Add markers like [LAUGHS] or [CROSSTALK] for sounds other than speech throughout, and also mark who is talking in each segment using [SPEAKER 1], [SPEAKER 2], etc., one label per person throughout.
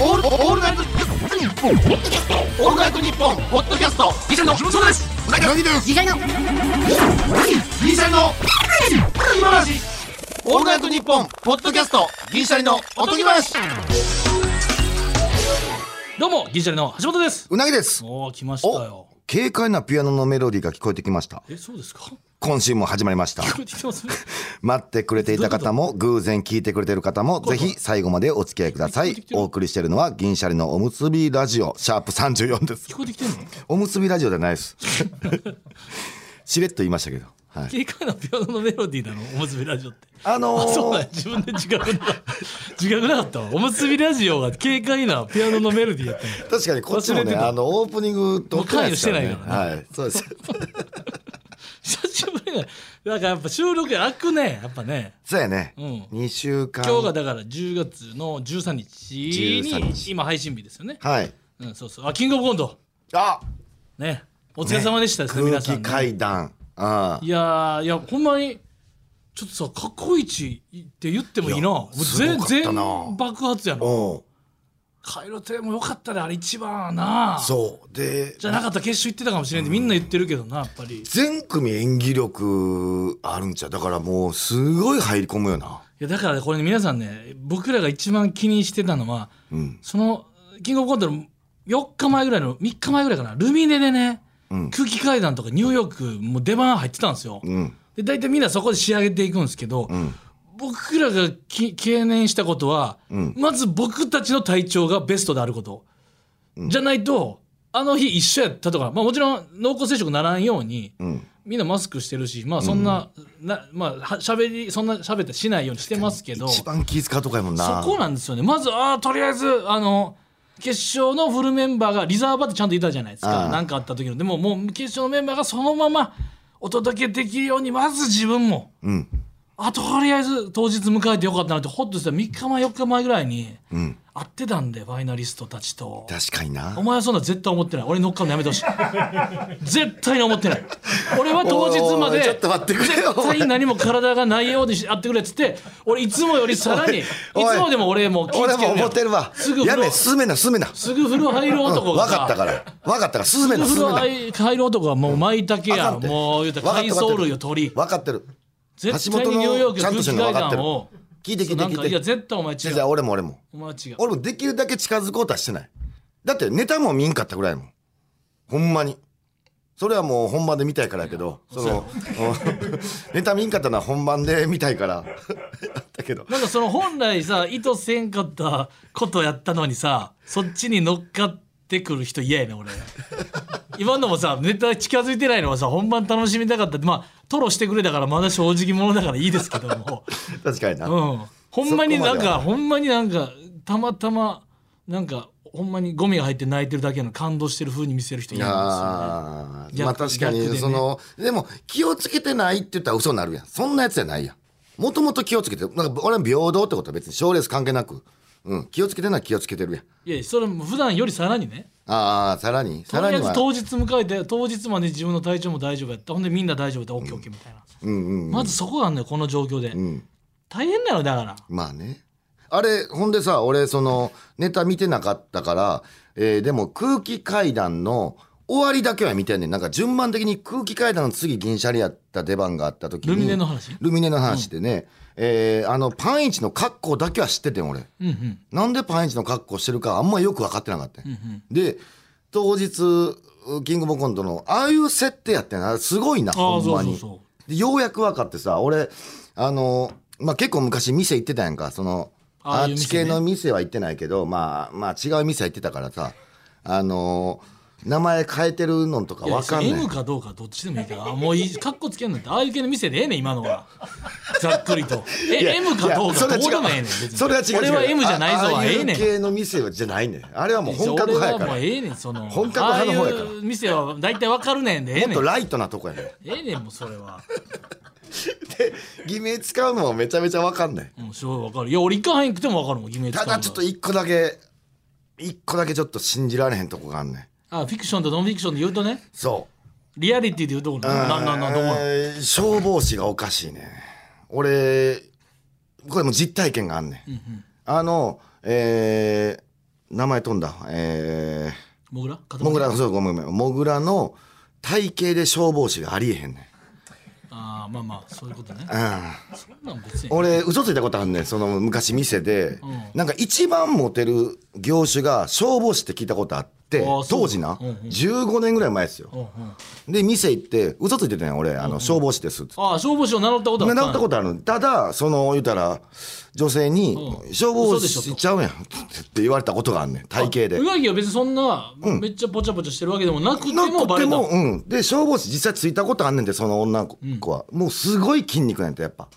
[SPEAKER 1] オールオールナイトニッポンオールナイトニッポンポッドキャストギシャリのそうですうなぎです
[SPEAKER 2] ギシャリの
[SPEAKER 1] ギシャリの今話オールナイトニッポンポッドキャストギシャリのおとぎ話
[SPEAKER 3] どうも、ギリシャリの橋本です。
[SPEAKER 4] うなぎです
[SPEAKER 3] おお、来ましたよ
[SPEAKER 4] お。軽快なピアノのメロディーが聞こえてきました
[SPEAKER 3] え、そうですか。
[SPEAKER 4] 今週も始まり
[SPEAKER 1] [LAUGHS]
[SPEAKER 4] ました
[SPEAKER 3] これ聞いてます。
[SPEAKER 4] 待ってくれていた方も偶然聞いてくれてる方もぜひ最後までお付き合いくださいお送りしてるのは銀シャリのおむすびラジオシャープ34です
[SPEAKER 3] 聞こえてきてんの。
[SPEAKER 4] おむすびラジオじゃないです [LAUGHS] しれっと言いましたけど、はい、
[SPEAKER 3] 軽快なピアノのメロディーなの、おむすびラジオって。
[SPEAKER 4] あのー
[SPEAKER 3] [LAUGHS] あ、そうなんや、自分で自覚な。自覚なかったわ。おむすびラジオが軽快なピアノのメロディーやったんや。
[SPEAKER 4] 確かにこっちも
[SPEAKER 3] 忘れて
[SPEAKER 4] ね
[SPEAKER 3] た
[SPEAKER 4] あのオープニングと
[SPEAKER 3] もう関与してないから
[SPEAKER 4] はいそうです
[SPEAKER 3] [LAUGHS] 久しぶりだ。なんかやっぱ収録や開くね、やっぱね。
[SPEAKER 4] そうやね、
[SPEAKER 3] うん
[SPEAKER 4] 二週間
[SPEAKER 3] 今日がだから10月の13日
[SPEAKER 4] 13
[SPEAKER 3] に今配信日ですよね。
[SPEAKER 4] はい
[SPEAKER 3] うん、そうそう。あ、キングオブコント。
[SPEAKER 4] あ
[SPEAKER 3] ね。お疲れ様でしたですね、
[SPEAKER 4] 空
[SPEAKER 3] 皆さん、
[SPEAKER 4] 気
[SPEAKER 3] ね。
[SPEAKER 4] 階段ああ
[SPEAKER 3] いやーいやほんまにちょっとさ過去一って言ってもいいなもう
[SPEAKER 4] す
[SPEAKER 3] 全
[SPEAKER 4] ごかった
[SPEAKER 3] 全
[SPEAKER 4] な
[SPEAKER 3] 爆発やろ
[SPEAKER 4] おう
[SPEAKER 3] カイロ亭もよかったであれ一番な
[SPEAKER 4] そうで
[SPEAKER 3] じゃなかったら決勝行ってたかもしれんってみんな言ってるけどなやっぱりい
[SPEAKER 4] 全組演技力あるんちゃうだからもうすごい入り込むよな
[SPEAKER 3] やだからこれね皆さんね僕らが一番気にしてたのは
[SPEAKER 4] うん
[SPEAKER 3] そのキングオブコントの4日前ぐらいの3日前ぐらいかなルミネでね、
[SPEAKER 4] うん
[SPEAKER 3] 空気階段とかニューヨークもう出番入ってたんですよ
[SPEAKER 4] うん
[SPEAKER 3] で大体みんなそこで仕上げていくんですけど、
[SPEAKER 4] うん
[SPEAKER 3] 僕らがき経年したことは、
[SPEAKER 4] うん
[SPEAKER 3] まず僕たちの体調がベストであること、じゃないとあの日一緒やったとか、まあ、もちろん濃厚接触ならんように、
[SPEAKER 4] うん
[SPEAKER 3] みんなマスクしてるしまあそんな,、なまあは喋りそんな喋ったりしないようにしてますけど
[SPEAKER 4] 一
[SPEAKER 3] そ
[SPEAKER 4] 番気使うとこやもんな
[SPEAKER 3] こなんですよねまずあーとりあえずあの決勝のフルメンバーがリザーバーってちゃんといたじゃないです
[SPEAKER 4] あ
[SPEAKER 3] か
[SPEAKER 4] ー
[SPEAKER 3] 何かあった時のでももう決勝のメンバーがそのままお届けできるようにまず自分も。
[SPEAKER 4] うん
[SPEAKER 3] あとりあえず当日迎えてよかったなってホッとした3日前4日前ぐらいに
[SPEAKER 4] うん
[SPEAKER 3] 会ってたんでファイナリストたちと
[SPEAKER 4] 確かにな
[SPEAKER 3] お前はそんな絶対思ってない俺に乗っかるのやめてほしい
[SPEAKER 4] [LAUGHS]
[SPEAKER 3] 絶対に思ってない俺は当日ま
[SPEAKER 4] おい
[SPEAKER 3] で
[SPEAKER 4] ちょっと待ってくれよ
[SPEAKER 3] 絶対に何も体がないようにしあってくれっつって俺いつもよりさらにいつ
[SPEAKER 4] おい
[SPEAKER 3] もでも俺もう気
[SPEAKER 4] 俺
[SPEAKER 3] 付け
[SPEAKER 4] も思
[SPEAKER 3] るやん
[SPEAKER 4] ってるわ
[SPEAKER 3] すぐ
[SPEAKER 4] や
[SPEAKER 3] 風
[SPEAKER 4] め
[SPEAKER 3] 呂
[SPEAKER 4] 進めな進めな
[SPEAKER 3] すぐ風呂入る
[SPEAKER 4] うん
[SPEAKER 3] 男が
[SPEAKER 4] わ
[SPEAKER 3] さ
[SPEAKER 4] かったからわかったから進めな
[SPEAKER 3] す
[SPEAKER 4] 進
[SPEAKER 3] ぐ
[SPEAKER 4] めな
[SPEAKER 3] 風呂入る男はもう舞茸
[SPEAKER 4] あか
[SPEAKER 3] や
[SPEAKER 4] んて
[SPEAKER 3] もう言うたら
[SPEAKER 4] わかっ
[SPEAKER 3] 海
[SPEAKER 4] てる
[SPEAKER 3] 藻類を取り
[SPEAKER 4] わかってる
[SPEAKER 3] 絶対にニューヨーク
[SPEAKER 4] 橋本
[SPEAKER 3] 空
[SPEAKER 4] のちゃんとしてるの分かって
[SPEAKER 3] 気階段
[SPEAKER 4] る
[SPEAKER 3] を
[SPEAKER 4] 聞いて聞いて
[SPEAKER 3] なん
[SPEAKER 4] 聞
[SPEAKER 3] か
[SPEAKER 4] い
[SPEAKER 3] いや
[SPEAKER 4] て
[SPEAKER 3] 絶対お前違
[SPEAKER 4] じ
[SPEAKER 3] う
[SPEAKER 4] ゃあ俺も俺も
[SPEAKER 3] お前は違う
[SPEAKER 4] 俺もできるだけ近づこうとはしてないだってネタも見んかったぐらいやもんほんまにそれはもう本番で見たいからやけどその [LAUGHS] ネタ見んかったのは本番で見たいから [LAUGHS] だけど
[SPEAKER 3] なんかその本来さ意図せんかったことやったのにさそっちに乗っかってくる人嫌やね俺今のもさネタ近づいてないのはさ本番楽しみたかったってまあトロしてくれたからまだ正直者だからいいですけども
[SPEAKER 4] 確かにな、
[SPEAKER 3] うんほんまにな
[SPEAKER 4] そこ
[SPEAKER 3] ん
[SPEAKER 4] まで
[SPEAKER 3] か
[SPEAKER 4] は
[SPEAKER 3] ほんまになんかたまたまなんかほんまにゴミが入って泣いてるだけの感動してる風に見せる
[SPEAKER 4] い
[SPEAKER 3] 人嫌
[SPEAKER 4] や
[SPEAKER 3] なんですよ
[SPEAKER 4] ー
[SPEAKER 3] ね
[SPEAKER 4] まあ
[SPEAKER 3] 逆
[SPEAKER 4] 確か
[SPEAKER 3] 逆で
[SPEAKER 4] に
[SPEAKER 3] ね
[SPEAKER 4] そので,、も気をつけてないって言ったら嘘になるやんそんなやつじゃないやんもともと気をつけてるなんか俺は平等ってことは別に賞レース関係なく、うん、気をつけてるのは気をつけてるやん
[SPEAKER 3] いやそれも普段よりさらにね
[SPEAKER 4] ああさらにさ
[SPEAKER 3] と
[SPEAKER 4] ら
[SPEAKER 3] りあ
[SPEAKER 4] に
[SPEAKER 3] えず
[SPEAKER 4] は
[SPEAKER 3] 当日迎えて当日まで自分の体調も大丈夫やったほんでみんな大丈夫だオッケーオッケーみたいな、
[SPEAKER 4] うんうん
[SPEAKER 3] まずそこなんだよこの状況で、
[SPEAKER 4] うん
[SPEAKER 3] 大変だよだから
[SPEAKER 4] まあね。あれ、ほんでさ、俺、その、ネタ見てなかったから、えーでも空気階段の終わりだけは見てんねん。なんか順番的に空気階段の次、銀シャリやった出番があった時に。
[SPEAKER 3] ルミネの話
[SPEAKER 4] ルミネの話でね、えーあの、パンイチの格好だけは知っててん、俺。
[SPEAKER 3] うんうん
[SPEAKER 4] なんでパンイチの格好してるかあんまよく分かってなかったん、で、当日、キングボコントの、ああいう設定やってんな。すごいな、
[SPEAKER 3] あ
[SPEAKER 4] ほ
[SPEAKER 3] あ
[SPEAKER 4] ん
[SPEAKER 3] そう
[SPEAKER 4] ま
[SPEAKER 3] そ
[SPEAKER 4] に
[SPEAKER 3] う。そ
[SPEAKER 4] でようやく分かってさ俺あの、まあ、結構昔店行ってたやんかその
[SPEAKER 3] あ
[SPEAKER 4] あ
[SPEAKER 3] あ
[SPEAKER 4] あ
[SPEAKER 3] いう
[SPEAKER 4] っち
[SPEAKER 3] 店ね
[SPEAKER 4] 系の店は行ってないけど、まあ、まあ違う店は行ってたからさあの名前変えてるのとか
[SPEAKER 3] ういや
[SPEAKER 4] 分かんない
[SPEAKER 3] M かどうかどっちでもいいからあもういいかっこつけんのってああいう系の店でええねん今
[SPEAKER 4] [LAUGHS]
[SPEAKER 3] のはざっくりと
[SPEAKER 4] いや
[SPEAKER 3] え M か
[SPEAKER 4] い
[SPEAKER 3] どう
[SPEAKER 4] やそ
[SPEAKER 3] か
[SPEAKER 4] れは違
[SPEAKER 3] どうでもええねん別
[SPEAKER 4] [LAUGHS]
[SPEAKER 3] に
[SPEAKER 4] それは違う
[SPEAKER 3] 俺は
[SPEAKER 4] 違う
[SPEAKER 3] M じゃないぞ
[SPEAKER 4] ああ
[SPEAKER 3] はええね
[SPEAKER 4] ああ
[SPEAKER 3] ん
[SPEAKER 4] いう系の店はじゃないねんあれはもう本格派やか
[SPEAKER 3] 俺は
[SPEAKER 4] ら
[SPEAKER 3] もうええねんその
[SPEAKER 4] 本格派の方やから
[SPEAKER 3] ああいう店は大体わかるねんでえ
[SPEAKER 4] も
[SPEAKER 3] え
[SPEAKER 4] っ
[SPEAKER 3] ね
[SPEAKER 4] と
[SPEAKER 3] ん
[SPEAKER 4] ライトなとこやねん
[SPEAKER 3] ええねんもうそれは
[SPEAKER 4] で偽名使うのもめちゃめちゃ分かんない
[SPEAKER 3] うんすごいわかるいや俺行かへんくてもわかるもんイメージ
[SPEAKER 4] ただちょっと一個だけ一個だけちょっと信じられへんとこがあんねん
[SPEAKER 3] あフィクションとノンフィクションで言うとね
[SPEAKER 4] そう
[SPEAKER 3] リアリティで言うとこなんなんなんどこなん
[SPEAKER 4] えー消防士がおかしいね俺これもう実体験があんねん、あのえー名前飛んだえ
[SPEAKER 3] モグラ
[SPEAKER 4] ー、モグラそうごめんごめんモグラの体型で消防士がありえへんね
[SPEAKER 3] ああまあまあそういうこと
[SPEAKER 4] ん
[SPEAKER 3] ね
[SPEAKER 4] うん
[SPEAKER 3] そんなん別に
[SPEAKER 4] 俺嘘ついたことあんねんその昔店で、
[SPEAKER 3] ん
[SPEAKER 4] なんか一番モテる業種が消防士って聞いたことあって
[SPEAKER 3] あーそう
[SPEAKER 4] 当時な、
[SPEAKER 3] うんうん
[SPEAKER 4] 15年ぐらい前ですよ
[SPEAKER 3] うんうん
[SPEAKER 4] で店行って嘘ついてたんや俺あの、消防士ですって
[SPEAKER 3] ああ消防士を名乗ったこと
[SPEAKER 4] 名
[SPEAKER 3] あったんや
[SPEAKER 4] 乗ったことあるただその言うたら女性に「
[SPEAKER 3] う
[SPEAKER 4] 消防士ちゃうやん」って言われたことがあんねん体型で
[SPEAKER 3] う。なぎは別にそんなめっちゃぽちゃぽちゃしてるわけでもなくて
[SPEAKER 4] な
[SPEAKER 3] も
[SPEAKER 4] く
[SPEAKER 3] バ
[SPEAKER 4] て
[SPEAKER 3] レた
[SPEAKER 4] も、うん、で消防士実際ついたことあんねんてその女の子は、もうすごい筋肉なんてやっぱ、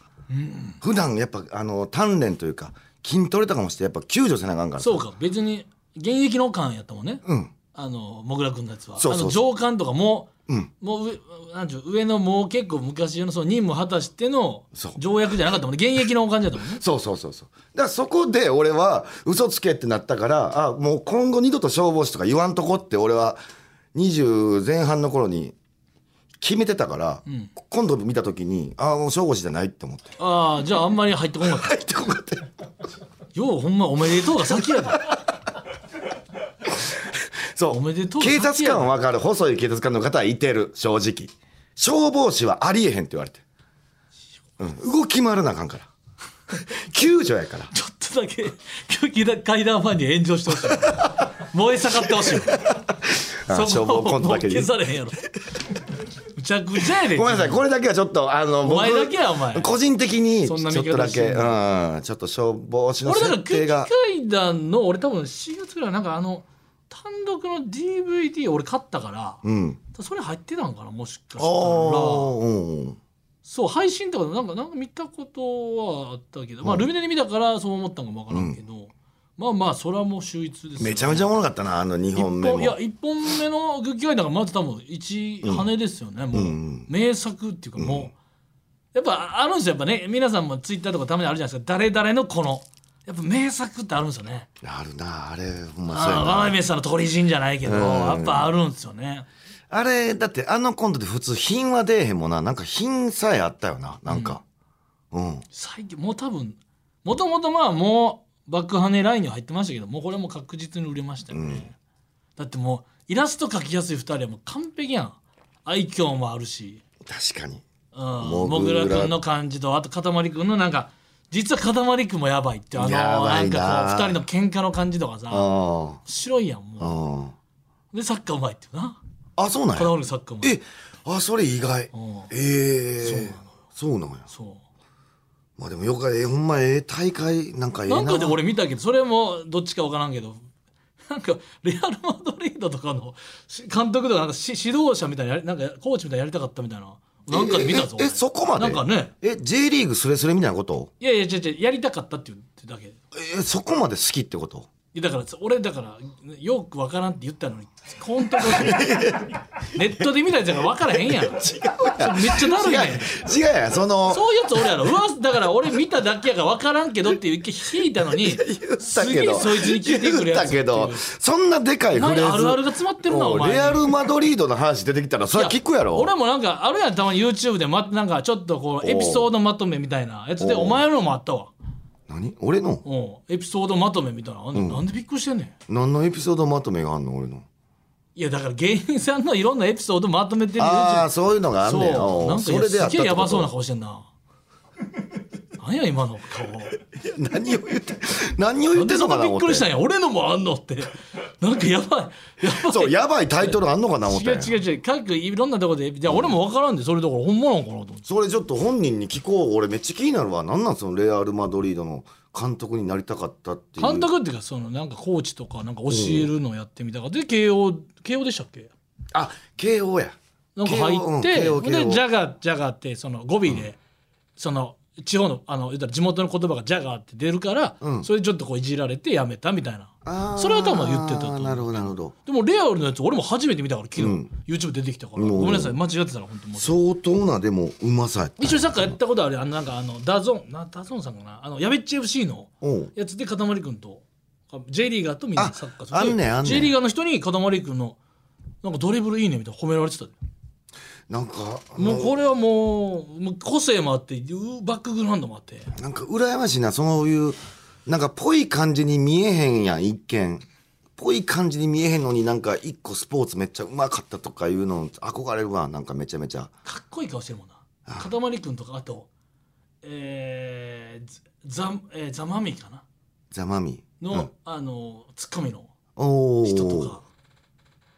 [SPEAKER 4] 普段やっぱあの鍛錬というか筋トレとかもしてやっぱ救助せなあかんから
[SPEAKER 3] そうか別に現役の感やったもんね、
[SPEAKER 4] うん
[SPEAKER 3] あのもぐら君のやつは
[SPEAKER 4] そうそう
[SPEAKER 3] あの上官とかも、
[SPEAKER 4] うん
[SPEAKER 3] もう上なんちゅう上のもう結構昔のその任務果たしての
[SPEAKER 4] そう
[SPEAKER 3] 条約じゃなかったもんね現役の感じだったもんね
[SPEAKER 4] そうそうそうそうだからそこで俺は嘘つけってなったからあもう今後二度と消防士とか言わんとこって俺は20前半の頃に決めてたから、今度見た時にあもう消防士じゃないって思って
[SPEAKER 3] [LAUGHS] ああじゃああんまり入ってこなかった
[SPEAKER 4] 入ってこなかったよ
[SPEAKER 3] ようほんまおめでとうが先やで
[SPEAKER 4] そう
[SPEAKER 3] おめでとう
[SPEAKER 4] 警察官は分かる細い警察官の方はいてる正直消防士はありえへんって言われて、うん、動き回らなあかんから [LAUGHS] 救助や
[SPEAKER 3] [LAUGHS]
[SPEAKER 4] から
[SPEAKER 3] ちょっとだけ今日階段ファンに炎上してほしいわ燃え盛ってほしいわ
[SPEAKER 4] あ消防コントだけでいい
[SPEAKER 3] 消されへんやろむちゃくちゃやで
[SPEAKER 4] ごめんなさい、これだけはちょっと、あの、僕
[SPEAKER 3] お前だけやお前
[SPEAKER 4] 個人的に、ち
[SPEAKER 3] そ
[SPEAKER 4] ょ
[SPEAKER 3] んな
[SPEAKER 4] っ
[SPEAKER 3] 見方
[SPEAKER 4] とだ
[SPEAKER 3] して
[SPEAKER 4] け、
[SPEAKER 3] ん
[SPEAKER 4] うん、ちょっと消防士の
[SPEAKER 3] 俺だから
[SPEAKER 4] 設
[SPEAKER 3] 空
[SPEAKER 4] 定
[SPEAKER 3] 気
[SPEAKER 4] が、
[SPEAKER 3] 階段の俺多分4月ぐらいなんかあの単独の DVD 俺買ったから、
[SPEAKER 4] うん。
[SPEAKER 3] それ入ってたんかなもしかしたら
[SPEAKER 4] おー、うん。
[SPEAKER 3] そう配信とかでもなんかなんか見たことはあったけど、まあルミネで見たからそう思ったんかもわからんけど、まあまあそれはもう秀逸ですよ
[SPEAKER 4] めちゃめちゃおもろかったな、あの2
[SPEAKER 3] 一
[SPEAKER 4] 本目も
[SPEAKER 3] 本い。や一本目の空気階段がまず多分一羽ですよね、もう、
[SPEAKER 4] ん
[SPEAKER 3] 名作っていうかもう、やっぱあるんですよやっぱね皆さんもツイッターとかたまにあるじゃないですか誰々のこのやっぱ名作ってあるんですよね
[SPEAKER 4] あるな、あれ、ほんまそうや
[SPEAKER 3] あ
[SPEAKER 4] な。
[SPEAKER 3] あ、さんの鳥人じゃないけど、やっぱあるんですよね。
[SPEAKER 4] あれ、だってあのコントで普通品は出えへんもんな、なんか品さえあったよな、なんか。うん。
[SPEAKER 3] 最近、もう多分、もともとまあもう爆跳ねラインには入ってましたけど、もうこれも確実に売れましたよね。だってもう、イラスト描きやすい2人はもう完璧やん。愛嬌もあるし、
[SPEAKER 4] 確かに。
[SPEAKER 3] うん、
[SPEAKER 4] も
[SPEAKER 3] も
[SPEAKER 4] ぐ
[SPEAKER 3] ぐ
[SPEAKER 4] ら
[SPEAKER 3] らくんの感じと、あとかたまりくんのなんか、実はかたまりくんもやばいって、あの、
[SPEAKER 4] やば
[SPEAKER 3] ないん
[SPEAKER 4] な
[SPEAKER 3] かこう、2人の喧嘩の感じとかさ、面
[SPEAKER 4] あ
[SPEAKER 3] 白いやん、
[SPEAKER 4] あ、
[SPEAKER 3] も
[SPEAKER 4] うん。
[SPEAKER 3] う。で、サッカーうまいっていうな。
[SPEAKER 4] あ、そうなん
[SPEAKER 3] かたま
[SPEAKER 4] や。
[SPEAKER 3] りくんサッカーうまい。
[SPEAKER 4] え、あ、それ意外
[SPEAKER 3] ん。
[SPEAKER 4] ええ。そうなのや。
[SPEAKER 3] そう。
[SPEAKER 4] まあでもよくええほんまええ大会なんかええな。
[SPEAKER 3] なんかで俺見たけどそれもどっちか分からんけどなんかレアル・マドリードとかのし監督とかなんかし指導者みたいなやりなんかコーチみたいなやりたかったみたいななんかで見たぞ
[SPEAKER 4] えええ
[SPEAKER 3] 俺
[SPEAKER 4] そこまで
[SPEAKER 3] なんかね
[SPEAKER 4] え J リーグスレスレみたいなこと
[SPEAKER 3] いやいや違う違うやりたかったって言ってだけい
[SPEAKER 4] えそこまで好きってこと
[SPEAKER 3] やだから俺だからよく分からんって言ったのに本当にネットで見たやつやから分からへん [LAUGHS] やん違うめっちゃだるいやん
[SPEAKER 4] 違うやんその
[SPEAKER 3] そういうやつ俺やろうわだから俺見ただけやから分からんけどっていう一回引いたのにすげえそいつに聞いてく
[SPEAKER 4] 言
[SPEAKER 3] る
[SPEAKER 4] っ
[SPEAKER 3] や
[SPEAKER 4] た
[SPEAKER 3] つってい
[SPEAKER 4] け
[SPEAKER 3] う
[SPEAKER 4] どそんなでかい
[SPEAKER 3] お
[SPEAKER 4] フレ
[SPEAKER 3] 前
[SPEAKER 4] ーズ
[SPEAKER 3] あるあるが詰まってるな
[SPEAKER 4] も
[SPEAKER 3] お
[SPEAKER 4] う
[SPEAKER 3] 前
[SPEAKER 4] レアル・マドリードの話出てきたらそれは聞くやろ
[SPEAKER 3] い俺もなんかあるやんたまに YouTube で、ま、なんかちょっとこうエピソードまとめみたいなやつで
[SPEAKER 4] おう
[SPEAKER 3] お前のもあったわ
[SPEAKER 4] 何俺の
[SPEAKER 3] うんエピソードまとめみたいなのあんねんなんでびっくりしてんねん
[SPEAKER 4] 何のエピソードまとめがあんの俺の
[SPEAKER 3] いやだから芸人さんのいろんなエピソードまとめてる YouTube
[SPEAKER 4] ああそういうのがあんねん
[SPEAKER 3] そう
[SPEAKER 4] お
[SPEAKER 3] な
[SPEAKER 4] うん
[SPEAKER 3] か
[SPEAKER 4] それでや
[SPEAKER 3] す
[SPEAKER 4] った
[SPEAKER 3] げ
[SPEAKER 4] っ
[SPEAKER 3] え
[SPEAKER 4] て
[SPEAKER 3] や
[SPEAKER 4] こ
[SPEAKER 3] ばそうな
[SPEAKER 4] と
[SPEAKER 3] 顔して
[SPEAKER 4] [LAUGHS]
[SPEAKER 3] んななんや今の顔ない
[SPEAKER 4] や [LAUGHS] 何を言って何を言
[SPEAKER 3] ん
[SPEAKER 4] って
[SPEAKER 3] で
[SPEAKER 4] ん
[SPEAKER 3] そ
[SPEAKER 4] の
[SPEAKER 3] ん
[SPEAKER 4] かな
[SPEAKER 3] なびっ
[SPEAKER 4] 思
[SPEAKER 3] くり
[SPEAKER 4] て
[SPEAKER 3] したんや俺のもあんのってなんかやばいやばい
[SPEAKER 4] そうやばいタイトルあんのかな思っ
[SPEAKER 3] 違う
[SPEAKER 4] て
[SPEAKER 3] 違う違う各いろんなとこでじゃ俺も分からんでそれだからほんまなんかなと思って
[SPEAKER 4] それちょっと本人に聞こう俺めっちゃ気になるわ何なんそのレアル・マドリードの監督になりたかったっていう
[SPEAKER 3] 監督っていうかそのなんかコーチとかなんか教えるのをやってみたかったで慶応慶応でしたっけ
[SPEAKER 4] あ慶応や
[SPEAKER 3] なんか入って
[SPEAKER 4] 慶応うん慶応慶応
[SPEAKER 3] でジャガージャガーってその語尾で、その地方のあの言ったら地元の言葉がジャガーって出るから、
[SPEAKER 4] うん
[SPEAKER 3] それでちょっとこういじられてやめたみたいな
[SPEAKER 4] あー
[SPEAKER 3] それは多分言ってたと思う
[SPEAKER 4] なるほどなるほど
[SPEAKER 3] でもレアルのやつ俺も初めて見たから昨日、
[SPEAKER 4] うん
[SPEAKER 3] YouTube で出てきたから
[SPEAKER 4] うん
[SPEAKER 3] ごめんなさい間違ってたら本当もう
[SPEAKER 4] 相当なでもうまさやった
[SPEAKER 3] 一緒にサッカーやったことあるよあのなんかあのダゾーンなダゾーンさんかなあのやべっち FC の
[SPEAKER 4] おう
[SPEAKER 3] やつでかたまりくんとあ J リーガーとみんなサッカー
[SPEAKER 4] あ
[SPEAKER 3] で
[SPEAKER 4] あんねんあんねん
[SPEAKER 3] J リーガーの人にかたまりくんのなんかドリブルいいねみたいな褒められてたで
[SPEAKER 4] なんか
[SPEAKER 3] も
[SPEAKER 4] あ
[SPEAKER 3] うこれはもうもう個性もあってうバックグラウンドもあって
[SPEAKER 4] のなんか羨ましいなそういうなんかぽい感じに見えへんやん一見ぽい感じに見えへんのになんか一個スポーツめっちゃうまかったとかいうの憧れるわなんかめちゃめちゃ
[SPEAKER 3] かっこいい顔してるもんなかたまりくんとかあとえー、ザザえーザマミィかな
[SPEAKER 4] ざまみ
[SPEAKER 3] の、あのツッコミの
[SPEAKER 4] おー
[SPEAKER 3] 人とか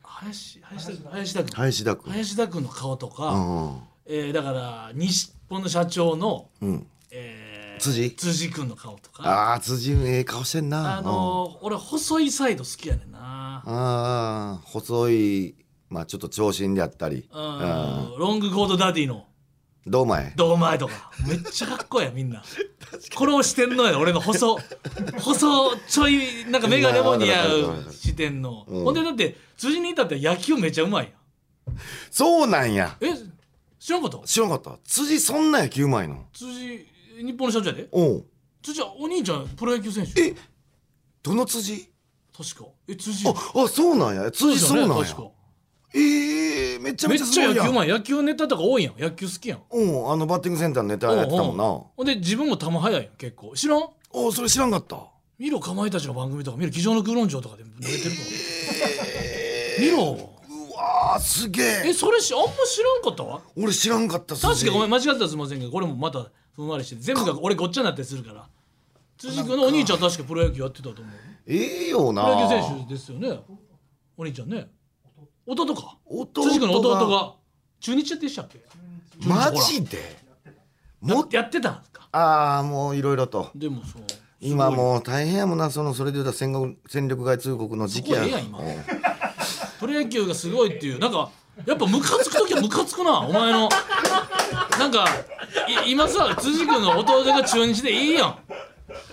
[SPEAKER 3] 林林田林田君
[SPEAKER 4] 林田君
[SPEAKER 3] 林田君の顔と
[SPEAKER 4] う
[SPEAKER 3] か、
[SPEAKER 4] ん
[SPEAKER 3] えーだから日本の社長の、
[SPEAKER 4] うん
[SPEAKER 3] えー
[SPEAKER 4] 辻
[SPEAKER 3] 辻君の顔とか
[SPEAKER 4] ああ辻ええ顔してんな
[SPEAKER 3] あのー俺細いサイド好きやねんな
[SPEAKER 4] うんあー細いまあちょっと長身であったり
[SPEAKER 3] うんロングコートダディの
[SPEAKER 4] どう前
[SPEAKER 3] 堂前とかめっちゃかっこいいや
[SPEAKER 4] [LAUGHS]
[SPEAKER 3] みんなこれをしてんのよ俺の細細ちょいなんか眼鏡も似合う視点の、
[SPEAKER 4] うん
[SPEAKER 3] ほんでだって辻にいたって野球めちゃうまい
[SPEAKER 4] そうなんや
[SPEAKER 3] やんえ知らんこと
[SPEAKER 4] 知らなかった辻そんな野球うまいの
[SPEAKER 3] 辻日本の社長やで
[SPEAKER 4] おう
[SPEAKER 3] 辻はお兄ちゃんプロ野球選手
[SPEAKER 4] えどの辻
[SPEAKER 3] 確かえ辻
[SPEAKER 4] ああそうなんや辻そうなんや
[SPEAKER 3] 確か
[SPEAKER 4] ええめちゃ
[SPEAKER 3] め
[SPEAKER 4] めち
[SPEAKER 3] っ
[SPEAKER 4] ゃ
[SPEAKER 3] ち
[SPEAKER 4] す
[SPEAKER 3] ゃ
[SPEAKER 4] ごい
[SPEAKER 3] 野
[SPEAKER 4] や
[SPEAKER 3] 球うんまい野球ネタとか多いやん野球好きやん
[SPEAKER 4] うんあのバッティングセンターのネタやってたもんな
[SPEAKER 3] うんうんほんで自分も球速いやん結構知らん
[SPEAKER 4] おうそれ知らんかった
[SPEAKER 3] 見ろかまいたちの番組とか見ろ机上の空論城とかで投げてるから [LAUGHS] 見ろ
[SPEAKER 4] うわーすげ
[SPEAKER 3] え
[SPEAKER 4] え
[SPEAKER 3] それしあんま知らんかったわ
[SPEAKER 4] 俺知らんかった
[SPEAKER 3] 確かごめん
[SPEAKER 4] ん
[SPEAKER 3] 間違ってたらすいませんけどこれもまたふんわりして全部が俺ごっちゃになったりするから辻君のお兄ちゃん確かプロ野球やってたと思う
[SPEAKER 4] ええよ
[SPEAKER 3] プ
[SPEAKER 4] な
[SPEAKER 3] ロ野球選手ですよねお兄ちゃんね弟か
[SPEAKER 4] 弟が
[SPEAKER 3] 辻君の弟が中日やってしたっけ
[SPEAKER 4] マジでもっ
[SPEAKER 3] やってたんですか
[SPEAKER 4] ああもういろいろと
[SPEAKER 3] でもそう
[SPEAKER 4] 今もう大変やもんなそのそれで言うたら戦国戦力外通告の時期や
[SPEAKER 3] そこええやん今
[SPEAKER 4] うん
[SPEAKER 3] プロ野球がすごいっていうなんかやっぱムカつく時はムカつくなお前のなんかい今さ辻君の弟が中日でいいやん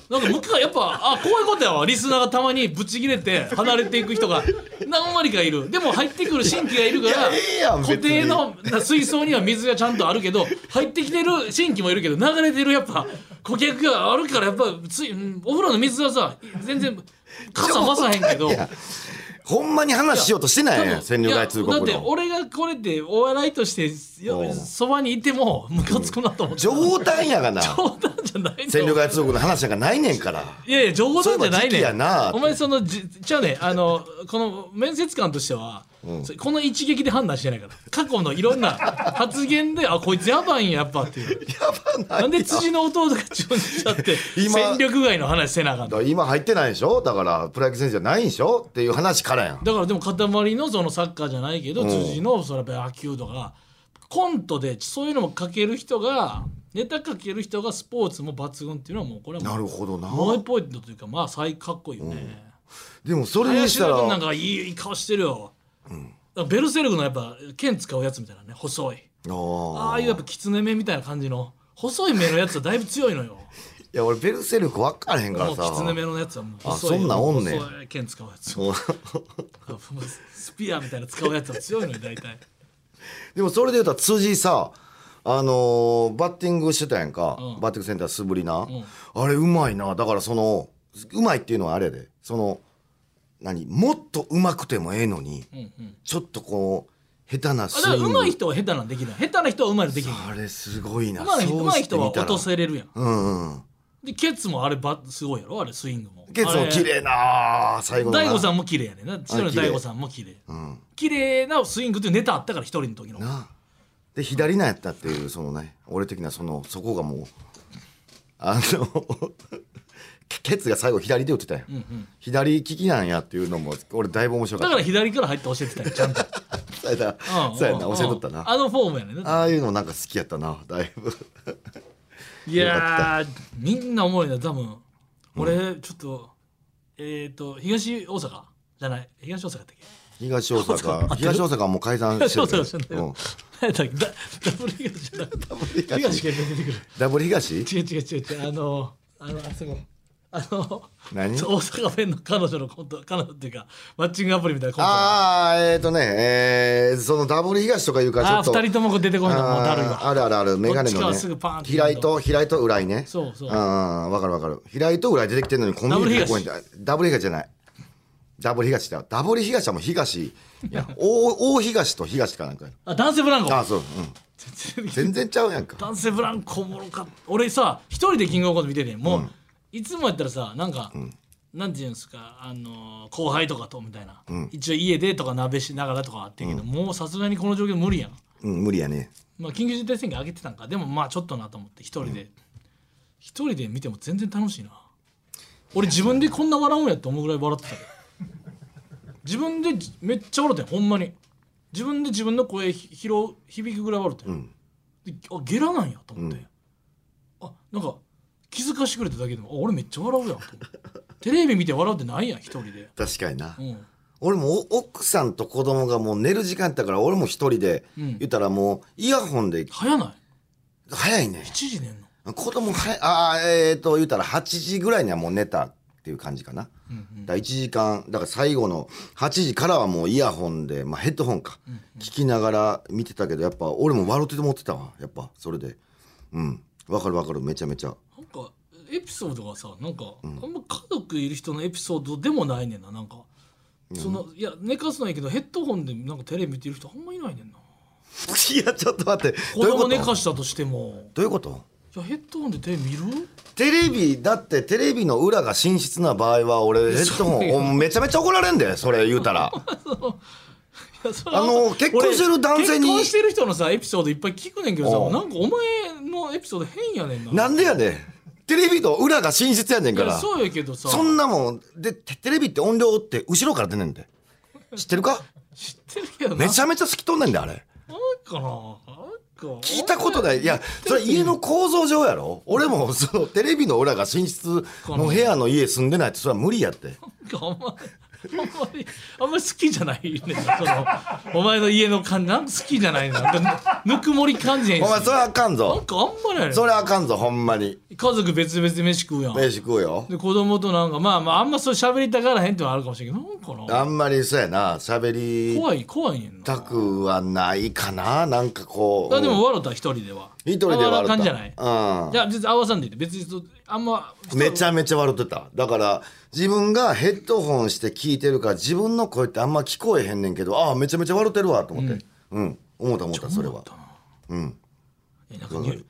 [SPEAKER 3] なんかムカやっぱあこういうことやわリスナーがたまにブチ切れて離れていく人が何割かいるでも入ってくる新規がいるか
[SPEAKER 4] い
[SPEAKER 3] ら
[SPEAKER 4] やええやん別に
[SPEAKER 3] 固定のな水槽には水がちゃんとあるけど入ってきてる新規もいるけど流れてるやっぱ顧客があるからやっぱついうんお風呂の水はさ全然傘まさへんけど。
[SPEAKER 4] ほんまに話しようとしてない
[SPEAKER 3] 多
[SPEAKER 4] ね
[SPEAKER 3] 分
[SPEAKER 4] 戦力外通告
[SPEAKER 3] いやだって
[SPEAKER 4] の
[SPEAKER 3] 俺がこれでお笑いとしてよ
[SPEAKER 4] うん
[SPEAKER 3] そばにいてもムカつくなと思って
[SPEAKER 4] 冗談やが
[SPEAKER 3] [LAUGHS]
[SPEAKER 4] な
[SPEAKER 3] 冗談じゃない
[SPEAKER 4] 戦力
[SPEAKER 3] の
[SPEAKER 4] 外通告の話なんかないねんから
[SPEAKER 3] いやいや冗談じゃな
[SPEAKER 4] そうい
[SPEAKER 3] い
[SPEAKER 4] えば時期
[SPEAKER 3] ね
[SPEAKER 4] やなん
[SPEAKER 3] お前そのじじゃあねあのこの面接官としては、それこの一撃で判断してないから過去のいろんな発言であこいつやばいんややっぱっ
[SPEAKER 4] [LAUGHS]
[SPEAKER 3] ていうやばないなんで辻の弟が中日だって
[SPEAKER 4] 今
[SPEAKER 3] 戦力外の話せなあかんの
[SPEAKER 4] だから今入ってないでしょだからプロ野球選手じゃないんでしょっていう話からやん
[SPEAKER 3] だからでも塊のそのサッカーじゃないけど
[SPEAKER 4] うん
[SPEAKER 3] 辻のそのやっぱ野球とかコントでそういうのも書ける人がネタ書ける人がスポーツも抜群っていうのはもうこれは
[SPEAKER 4] な
[SPEAKER 3] も
[SPEAKER 4] るほどな
[SPEAKER 3] うマイポイントというかまあ最かっこいいよね。
[SPEAKER 4] でもそれにし
[SPEAKER 3] 林
[SPEAKER 4] た
[SPEAKER 3] 田
[SPEAKER 4] ら
[SPEAKER 3] 君なんかいいいい顔してるよ。だからベルセルクのやっぱ剣使うやつみたいなね細い
[SPEAKER 4] あ
[SPEAKER 3] ああいうやっぱ狐目みたいな感じの細い目のやつはだいぶ強いの
[SPEAKER 4] [LAUGHS]
[SPEAKER 3] よ。
[SPEAKER 4] いや俺ベルセルク分からへんか
[SPEAKER 3] も
[SPEAKER 4] ら
[SPEAKER 3] う
[SPEAKER 4] さ
[SPEAKER 3] 狐目のやつはもう細い
[SPEAKER 4] あそんなんおんねん
[SPEAKER 3] 細い剣使うやつ。 [LAUGHS]
[SPEAKER 4] そう [LAUGHS]
[SPEAKER 3] スピアみたいな使うやつは強いのよ大体。
[SPEAKER 4] でもそれで言うたら辻さあのーバッティングしてたやんか、
[SPEAKER 3] うん
[SPEAKER 4] バッティングセンター素振りな、
[SPEAKER 3] ん
[SPEAKER 4] あれうまいなだからそのうまいっていうのはあれやでその何もっとうまくてもええのに、
[SPEAKER 3] うんうん
[SPEAKER 4] ちょっとこう下手な
[SPEAKER 3] あ
[SPEAKER 4] ス
[SPEAKER 3] だから
[SPEAKER 4] イング
[SPEAKER 3] 上手い人は下手なんできない下手な人は上手いのできない
[SPEAKER 4] あれすごいな
[SPEAKER 3] 上手い人
[SPEAKER 4] そう
[SPEAKER 3] 上手い
[SPEAKER 4] して
[SPEAKER 3] 人は
[SPEAKER 4] みた
[SPEAKER 3] 落
[SPEAKER 4] ら
[SPEAKER 3] とせれるやん
[SPEAKER 4] うんうん
[SPEAKER 3] でケツもあればすごいやろあれスイングも
[SPEAKER 4] ケツも綺麗な最後のな
[SPEAKER 3] 大悟さんも綺麗やねんな千鳥の大悟さんも綺麗
[SPEAKER 4] うん
[SPEAKER 3] 綺麗なスイングっていうネタあったから一人の時の
[SPEAKER 4] なあで左なんやったっていうそのね俺的なそのそこがもうあの [LAUGHS] ケケツが最後左で打ってたやん、左利きなんやっていうのも俺だいぶ面白か
[SPEAKER 3] だ
[SPEAKER 4] っ
[SPEAKER 3] か
[SPEAKER 4] た
[SPEAKER 3] ら左から入って教えてたよちゃ
[SPEAKER 4] [LAUGHS]
[SPEAKER 3] んと
[SPEAKER 4] そうやな
[SPEAKER 3] うん
[SPEAKER 4] そうやな
[SPEAKER 3] うん
[SPEAKER 4] 教えとった
[SPEAKER 3] うん
[SPEAKER 4] な
[SPEAKER 3] あのフォームやねんな
[SPEAKER 4] ああいうのなんか好きやったなだいぶ
[SPEAKER 3] いやーみんなおもろいな多分俺ちょっとえっと東大阪じゃない東大阪だったっけ
[SPEAKER 4] 東
[SPEAKER 3] [LAUGHS]
[SPEAKER 4] 大阪東大阪はもう解散して
[SPEAKER 3] 東
[SPEAKER 4] る
[SPEAKER 3] 大阪じゃない
[SPEAKER 4] うん
[SPEAKER 3] よ何やったっけダダブル東じゃなくて東が出てくる
[SPEAKER 4] ダブル東
[SPEAKER 3] 違う違う違う違うあのあのあそこあの
[SPEAKER 4] 何
[SPEAKER 3] 大阪弁の彼女のコント彼女っていうかマッチングアプリみたいなコント
[SPEAKER 4] ああえっ、ー、とねえー、そのダブル東とかいうかちょ
[SPEAKER 3] あ
[SPEAKER 4] っと
[SPEAKER 3] ー二人ともこう出てこないもうだるい
[SPEAKER 4] あー
[SPEAKER 3] わ
[SPEAKER 4] あるあるある眼鏡
[SPEAKER 3] こ
[SPEAKER 4] の
[SPEAKER 3] っちからすぐパーンっ
[SPEAKER 4] ね
[SPEAKER 3] て
[SPEAKER 4] 平井と平井と浦井ね
[SPEAKER 3] そうそう
[SPEAKER 4] ああわかるわかる平井と浦井出てきてるのにコンビニでこうやってダブル東じゃないダブル東だダブル東はもう東いや大大東と東かなんかや
[SPEAKER 3] あ男性ブランコ
[SPEAKER 4] ああそう、うん、全然ちゃうやんか
[SPEAKER 3] 男性ブランコおもろかった俺さ一人でキングオブコント見ててもう、いつもやったらさなんか、なんていうんですかあの後輩とかとみたいな、一応家でとか鍋しながらとかあってんけど、もうさすがにこの状況無理やん、
[SPEAKER 4] うん、無理やね。
[SPEAKER 3] まあ、緊急事態宣言上げてたんかでもまあちょっとなと思って一人で一、人で見ても全然楽しいな俺自分でこんな笑うんやって思うぐらい笑ってたよ自分でじめっちゃ笑ってんほんまに自分で自分の声ひ拾う響くぐらい笑ってん、であゲラなんやと思って、あなんか気づかしてくれただけでもあ俺めっちゃ笑うやんと思ってテレビ見て笑うってないやん一人で、
[SPEAKER 4] 確かにな。
[SPEAKER 3] うん、
[SPEAKER 4] 俺もお奥さんと子供がもう寝る時間やったから、俺も一人で、
[SPEAKER 3] うん
[SPEAKER 4] 言ったらもうイヤホンで、
[SPEAKER 3] 早ない
[SPEAKER 4] 早いね。
[SPEAKER 3] 7時寝んの
[SPEAKER 4] 子供はあーえー、と言うたら8時ぐらいにはもう寝たっていう感じかな、だから1時間だから最後の8時からはもうイヤホンで、まあ、ヘッドホンか、聞きながら見てたけどやっぱ俺も笑って思ってたわやっぱそれでうんわかるわかるめちゃめ [LAUGHS] ちゃ
[SPEAKER 3] なんかエピソードがさなんか、あんま家族いる人のエピソードでもないねんななんか、そのいや寝かすのはいいけどヘッドホンでなんかテレビ見てる人あんまいないねんない
[SPEAKER 4] やちょっと待って
[SPEAKER 3] 子
[SPEAKER 4] どういうこと
[SPEAKER 3] 供寝かしたとしても
[SPEAKER 4] どういうこと
[SPEAKER 3] いやヘッドホンでテレビ見る
[SPEAKER 4] テレビだってテレビの裏が寝室な場合は俺
[SPEAKER 3] [LAUGHS]
[SPEAKER 4] ヘッドホンおめちゃめちゃ怒られんでそれ言うたら
[SPEAKER 3] いやそれは
[SPEAKER 4] あの
[SPEAKER 3] 俺
[SPEAKER 4] 結婚してる男性に
[SPEAKER 3] 結婚してる人のさエピソードいっぱい聞くねんけどさ
[SPEAKER 4] おう
[SPEAKER 3] なんかお前のエピソード変やねんな
[SPEAKER 4] なんでやねんテレビの裏が寝室やねん
[SPEAKER 3] い
[SPEAKER 4] か
[SPEAKER 3] や
[SPEAKER 4] ら
[SPEAKER 3] そうやけどさ
[SPEAKER 4] そんなもんでテテレビって音量って後ろから出ねんで知ってる
[SPEAKER 3] [LAUGHS]
[SPEAKER 4] か
[SPEAKER 3] 知ってるけどな
[SPEAKER 4] めちゃめちゃ透き通んねんであれ
[SPEAKER 3] なんかななんか
[SPEAKER 4] 聞いたことないいやそれ家の構造上やろ俺もそうテレビの裏が寝室の部屋の家住んでないってそれは無理や
[SPEAKER 3] [LAUGHS]
[SPEAKER 4] って
[SPEAKER 3] なんかあんまり、あんまり、あんまり好きじゃないねんなその、お前の家の感じ、なんか好きじゃないねんなんか、ぬぬくもり感じへんし。
[SPEAKER 4] お前それ
[SPEAKER 3] な
[SPEAKER 4] はあかんぞ
[SPEAKER 3] んかあんまりやねん
[SPEAKER 4] それはあかんぞほんまに
[SPEAKER 3] 家族別々で飯食うやん。で、
[SPEAKER 4] 飯食うよ
[SPEAKER 3] 子供となんか、まあまあ、あんまそう喋りたがらへんってのはあるかもしれんけど、なんかな。
[SPEAKER 4] あんまりそうやな喋り
[SPEAKER 3] 怖い、怖いねんな。
[SPEAKER 4] たくはないかななんかこう
[SPEAKER 3] あでも笑った、一人では。
[SPEAKER 4] 一人で笑
[SPEAKER 3] あ
[SPEAKER 4] った
[SPEAKER 3] んまあかんじゃない。
[SPEAKER 4] うん
[SPEAKER 3] じゃあ、別に合わさんでいいって、別にそう、あんま、
[SPEAKER 4] めちゃめちゃ笑ってただから自分がヘッドホンして聞いてるから自分の声ってあんま聞こえへんねんけどああめちゃめちゃ笑ってるわと思ってうん、思った思ったそれは
[SPEAKER 3] えなんかニュー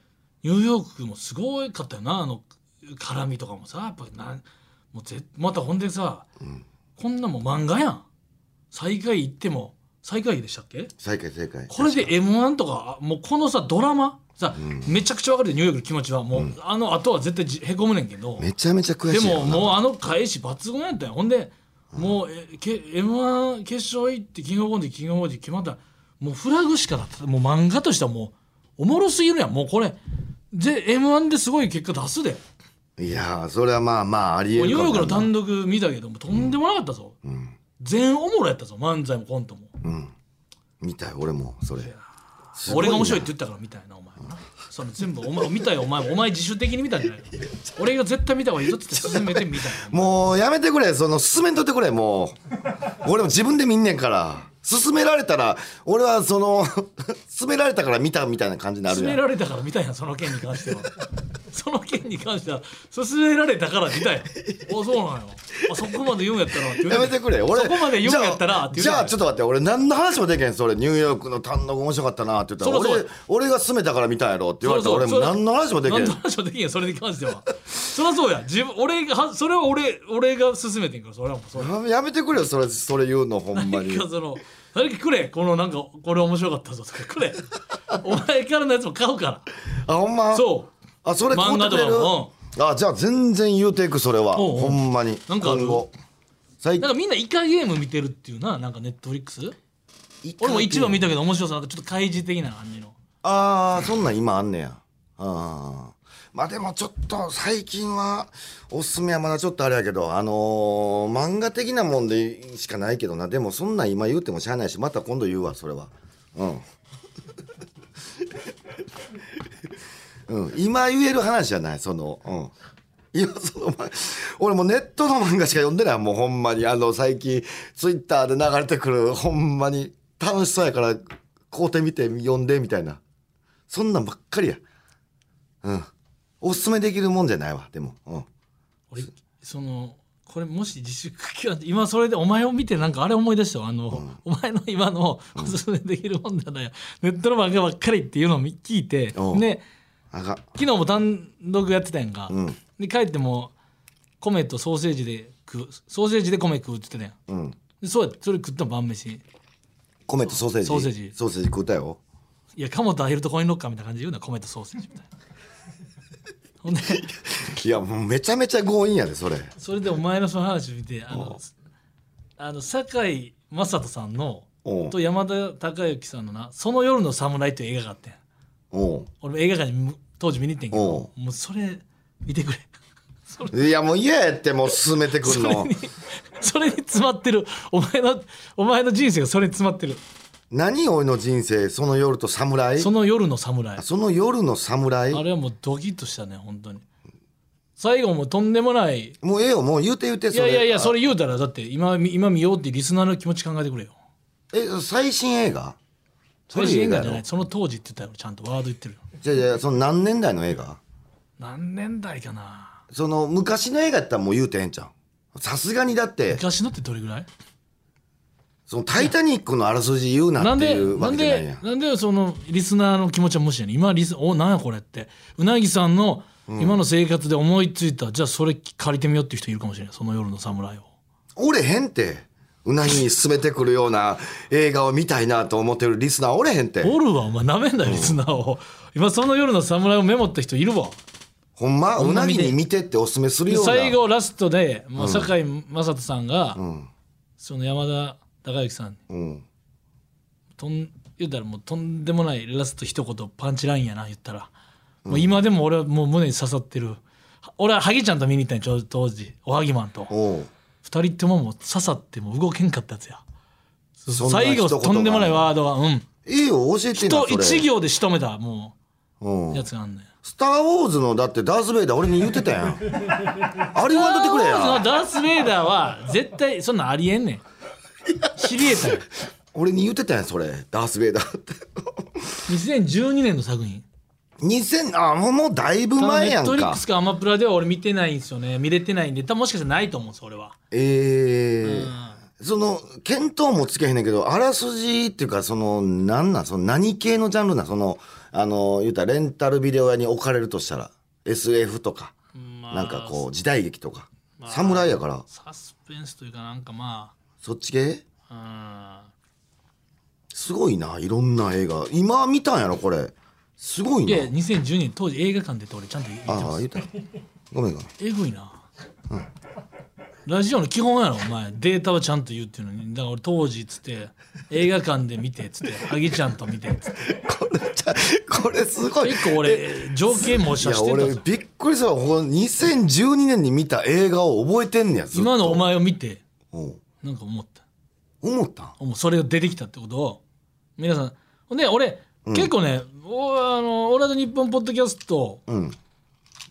[SPEAKER 3] ニューヨークもすごかったよなあの絡みとかもさやっぱなんもうぜまたほんでさ、こんなもん漫画やん最下位行っても最下位でしたっけ
[SPEAKER 4] 正解正解
[SPEAKER 3] これで m 1とかあもうこのさドラマさ、めちゃくちゃ分かるでニューヨークの気持ちはもう、あの後は絶対じへこむねんけど
[SPEAKER 4] めちゃめちゃ悔
[SPEAKER 3] で
[SPEAKER 4] しいや
[SPEAKER 3] も
[SPEAKER 4] ろな
[SPEAKER 3] もうあの返し抜群やったよほんで、もうえけ m 1決勝行ってキングオブコントキングオブコント決まったらもうフラグしかなったもう漫画としてはもうおもろすぎるやんもうこれで m 1ですごい結果出すでも
[SPEAKER 4] いやーそれはまあまあありえ
[SPEAKER 3] う
[SPEAKER 4] る
[SPEAKER 3] ニュー
[SPEAKER 4] か
[SPEAKER 3] ヨーク
[SPEAKER 4] も
[SPEAKER 3] の
[SPEAKER 4] な
[SPEAKER 3] 単独見たけどもうとんでもなかったぞ、全おもろやったぞ漫才もコントも、
[SPEAKER 4] みたい俺もそれすごい
[SPEAKER 3] 俺
[SPEAKER 4] な
[SPEAKER 3] が面白いって言ったからみたいなお前はなその全部お前見たよお前お前自主的に見たんじゃないよ俺が絶対見た方がいいぞっつって勧めてみたいな
[SPEAKER 4] もうやめてくれその勧めんとってくれもう俺も自分で見んねんから勧められたら俺はその [LAUGHS] 勧められたから見たみたいな感じになる
[SPEAKER 3] 勧
[SPEAKER 4] や
[SPEAKER 3] め
[SPEAKER 4] ん
[SPEAKER 3] られたからみたいなその件に
[SPEAKER 4] [LAUGHS]
[SPEAKER 3] 関してはその件に関しては勧められたから
[SPEAKER 4] [LAUGHS]
[SPEAKER 3] みたいなあそうなんよあそこまで言うんやったらって言う
[SPEAKER 4] やめてくれ俺
[SPEAKER 3] そこまで言うんやったらって
[SPEAKER 4] じ
[SPEAKER 3] 言
[SPEAKER 4] ゃ
[SPEAKER 3] う
[SPEAKER 4] じゃあちょっと待って俺何の話もできへんそれニューヨークの単独面白かったなって言ったら
[SPEAKER 3] そうそう
[SPEAKER 4] 俺俺が勧めたから見たんやろって言われたら
[SPEAKER 3] そう
[SPEAKER 4] 俺
[SPEAKER 3] そう
[SPEAKER 4] も何の話もできへ
[SPEAKER 3] 何
[SPEAKER 4] ん
[SPEAKER 3] の話もできんやそれに関してはそりゃそうや自分俺がはそれは俺俺が勧めてんからそれはもうそれ
[SPEAKER 4] やめてくれよそれそれ言うのほんま
[SPEAKER 3] 何
[SPEAKER 4] に
[SPEAKER 3] かその誰かくれこのなんかこれ面白かったぞとかくれお前からのやつも買うか
[SPEAKER 4] あほんま
[SPEAKER 3] らそう
[SPEAKER 4] あそれ買うてくれ
[SPEAKER 3] 漫画
[SPEAKER 4] る
[SPEAKER 3] と
[SPEAKER 4] あじゃあ全然言うていくそれは
[SPEAKER 3] おうおう
[SPEAKER 4] ほんまに
[SPEAKER 3] なんかある
[SPEAKER 4] 今後最
[SPEAKER 3] なんかみんなイカゲーム見てるっていうななんかネットフリックス俺も一話見たけど面白さなんかちょっと開示的な感じの
[SPEAKER 4] ああそんなん今あんねやあーまあでもちょっと最近はおすすめはまだちょっとあれやけどあのー漫画的なもんでしかないけどなでもそんなん今言うてもしゃあないしまた今度言うわそれはうん [LAUGHS] うん、今言える話じゃないそのうん今そのま俺もうネットの漫画しか読んでないもうほんまにあの最近ツイッターで流れてくるほんまに楽しそうやから買うてみて読んでみたいなそんなんばっかりやうんおすすめできるもんじゃないわでもうん
[SPEAKER 3] 俺そのこれもし自粛期間今それでお前を見てなんかあれ思い出したわあの、お前の今のおすすめできるもんじゃない、ネットの漫画ばっかりっていうのを聞いて
[SPEAKER 4] おう
[SPEAKER 3] で
[SPEAKER 4] あかん
[SPEAKER 3] 昨日も単独やってたやんか、
[SPEAKER 4] ん
[SPEAKER 3] で帰っても米とソーセージで食うソーセージで米食うって言ってたやん、でそうやそれ食ったの晩飯
[SPEAKER 4] 米とソーセージ
[SPEAKER 3] ソーセージ
[SPEAKER 4] ソーセージ食うたよ
[SPEAKER 3] いや鴨とアヒルとコインロッカーみたいな感じで言うな米とソーセージみたいなほんで
[SPEAKER 4] いやもうめちゃめちゃ強引やでそれ
[SPEAKER 3] それでお前のその話を見てあのあの堺井雅人さんの
[SPEAKER 4] おう
[SPEAKER 3] と山田孝之さんのな「その夜の侍」という映画があってん
[SPEAKER 4] お
[SPEAKER 3] 俺も映画館にむ当時見に行ってんけ
[SPEAKER 4] お
[SPEAKER 3] どもうそれ見てくれ
[SPEAKER 4] ういやもう嫌やってもう進めてくんの
[SPEAKER 3] それに詰まってるお前のお前の人生がそれに詰まってる
[SPEAKER 4] 何俺の人生その夜と侍
[SPEAKER 3] そ
[SPEAKER 4] そ
[SPEAKER 3] の夜の侍
[SPEAKER 4] の夜の侍
[SPEAKER 3] あれはもうドキッとしたね本当に最後もうとんでもない
[SPEAKER 4] もうええよもう言うて言うて
[SPEAKER 3] い
[SPEAKER 4] そ
[SPEAKER 3] や
[SPEAKER 4] れ
[SPEAKER 3] いやいやそれ言うたらだって今見今見ようってリスナーの気持ち考えてくれよ
[SPEAKER 4] え最新映画
[SPEAKER 3] 最新映画じゃ
[SPEAKER 4] 古
[SPEAKER 3] ないいその当時って言ったよちゃんとワード言ってるよ
[SPEAKER 4] じゃあじゃあその何年代の映画
[SPEAKER 3] 何年代かな
[SPEAKER 4] その昔の映画やったらもう言うてへんじゃんさすがにだって
[SPEAKER 3] 昔のってどれぐらい
[SPEAKER 4] その「タイタニック」のあらすじ言うな
[SPEAKER 3] な
[SPEAKER 4] っ
[SPEAKER 3] ん
[SPEAKER 4] て
[SPEAKER 3] で
[SPEAKER 4] いう
[SPEAKER 3] な
[SPEAKER 4] わけ
[SPEAKER 3] ん
[SPEAKER 4] じゃないや
[SPEAKER 3] で
[SPEAKER 4] ん
[SPEAKER 3] なんでそのリスナーの気持ちは無視やねん今リスおなんやこれってうなぎさんの今の生活で思いついた、じゃあそれ借りてみようっていう人いるかもしれないその夜の侍を
[SPEAKER 4] おれへんってうなぎに進めてくるような映画を見たいなと思ってるリスナーおれへんって
[SPEAKER 3] おるわお前なめんなよリスナーを、今その夜の侍をメモった人いるわ
[SPEAKER 4] ほんまう
[SPEAKER 3] ま
[SPEAKER 4] な
[SPEAKER 3] 見
[SPEAKER 4] ぎ
[SPEAKER 3] て
[SPEAKER 4] に見てっておすすめする
[SPEAKER 3] で
[SPEAKER 4] ような
[SPEAKER 3] 最後ラストでもう堺井雅人さんが、
[SPEAKER 4] ん
[SPEAKER 3] その山田孝之さん
[SPEAKER 4] うん
[SPEAKER 3] とん言ったらもうとんでもないラスト一言パンチラインやな言ったら、もう今でも俺はもう胸に刺さってるは俺はハギちゃんと見に行ったんよちょうど当時おはぎマンと
[SPEAKER 4] おう
[SPEAKER 3] 二人ってももう刺さってもう動けんかったやつや
[SPEAKER 4] そんな
[SPEAKER 3] 最後
[SPEAKER 4] 一言が
[SPEAKER 3] とんでもないワードがうん
[SPEAKER 4] いいよ教えてな
[SPEAKER 3] と
[SPEAKER 4] それ
[SPEAKER 3] 一行で仕留めたも
[SPEAKER 4] う
[SPEAKER 3] うんやつがあんねん
[SPEAKER 4] スター・ウォーズ」のだってダース・ベイダー俺に言ってたやん
[SPEAKER 3] [LAUGHS]
[SPEAKER 4] あれ言わんとってくれ
[SPEAKER 3] その
[SPEAKER 4] や
[SPEAKER 3] ダース・ベイダーは絶対そんなんありえんねん知り得たよ
[SPEAKER 4] 俺に言ってたやんそれダース・ベイダーって [LAUGHS]
[SPEAKER 3] 2012年の作品
[SPEAKER 4] 2000あもうもうだいぶ前
[SPEAKER 3] ネ
[SPEAKER 4] や
[SPEAKER 3] ット
[SPEAKER 4] ん
[SPEAKER 3] リック
[SPEAKER 4] か
[SPEAKER 3] スかアマプラでは俺見てないんですよね見れてないんで多分もしかしたらないと思うんです俺は
[SPEAKER 4] ええその見当もつけへんねんけどあらすじっていうかそのなんなんその何系のジャンルなんそのあの言うたらレンタルビデオ屋に置かれるとしたら SF とか、
[SPEAKER 3] まあ
[SPEAKER 4] なんかこう時代劇とか、侍やから
[SPEAKER 3] サスペンスというかなんかま
[SPEAKER 4] そっち系
[SPEAKER 3] あ
[SPEAKER 4] すごいないろんな映画今見たんやろこれすごい
[SPEAKER 3] うんい
[SPEAKER 4] な
[SPEAKER 3] や2012年当時映画館でって俺ちゃんと言って
[SPEAKER 4] ああ
[SPEAKER 3] ま
[SPEAKER 4] 言
[SPEAKER 3] す
[SPEAKER 4] ったごめんごめん
[SPEAKER 3] えぐいな、ラジオの基本やろお前データはちゃんと言うっていうのにだから俺当時っつって映画館で見てっつってハギちゃんと見てっつって
[SPEAKER 4] これちゃこれすごい
[SPEAKER 3] 結構俺条件模
[SPEAKER 4] い
[SPEAKER 3] 写
[SPEAKER 4] や
[SPEAKER 3] してた
[SPEAKER 4] 俺
[SPEAKER 3] ぞ
[SPEAKER 4] びっくりしたわほん2012年に見た映画を覚えてんねやずっと
[SPEAKER 3] 今のお前を見て
[SPEAKER 4] うん
[SPEAKER 3] なんか思った
[SPEAKER 4] 思ったん
[SPEAKER 3] もうそれが出てきたってことを皆さんほんで俺、結構ねおあの「オールナイトニッポン」ポッドキャスト
[SPEAKER 4] うん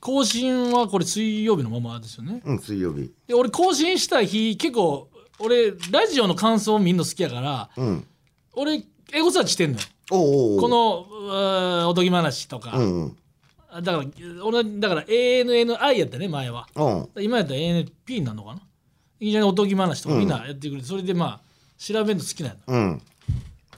[SPEAKER 3] 更新はこれ水曜日のままですよね
[SPEAKER 4] うん水曜日
[SPEAKER 3] で俺更新した日結構俺ラジオの感想を見るの好きやから
[SPEAKER 4] うん
[SPEAKER 3] 俺エゴサーチしてんのよ
[SPEAKER 4] おうおうおう
[SPEAKER 3] このうーおとぎ話とか、
[SPEAKER 4] うんうん
[SPEAKER 3] あだから俺だから ANNI やったね前は
[SPEAKER 4] うん
[SPEAKER 3] 今やったら ANP になるのかな非常におとぎ話とかみんなやってくれて、それでまあ調べるの好きなの
[SPEAKER 4] うん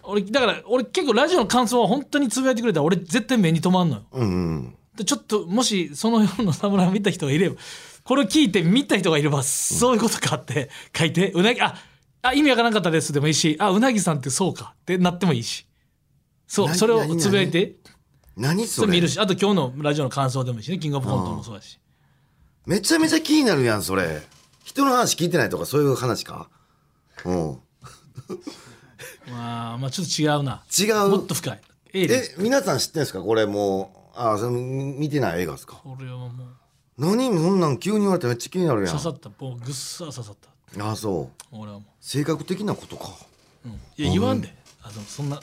[SPEAKER 3] 俺だから俺結構ラジオの感想は本当につぶやいてくれたら俺絶対目に留まんのよ
[SPEAKER 4] うんうん
[SPEAKER 3] でちょっともしその夜の侍を見た人がいればこれを聞いて見た人がいればそういうことかって書いてうなぎああ意味わからなかったですでもいいしあうなぎさんってそうかってなってもいいしそう
[SPEAKER 4] 何
[SPEAKER 3] それをつぶやいて
[SPEAKER 4] 何そ
[SPEAKER 3] そ
[SPEAKER 4] れ
[SPEAKER 3] れ見るしあと今日のラジオの感想でもいいしねキングオブコントもそうだし
[SPEAKER 4] めちゃめちゃ気になるやんそれ人の話聞いてないとかそういう話かうん
[SPEAKER 3] まあまあちょっと違うな
[SPEAKER 4] 違
[SPEAKER 3] もっ
[SPEAKER 4] う
[SPEAKER 3] と深いええです
[SPEAKER 4] え皆さん知ってんですかこれもうあそれ見てない映画ですか
[SPEAKER 3] これはもう
[SPEAKER 4] 何そんなん急に言われてめっちゃ気になるやん
[SPEAKER 3] 刺さったもうぐっさ刺さった
[SPEAKER 4] ああそう
[SPEAKER 3] 俺はもう
[SPEAKER 4] 性格的なことか
[SPEAKER 3] いや言わんで、あのそんな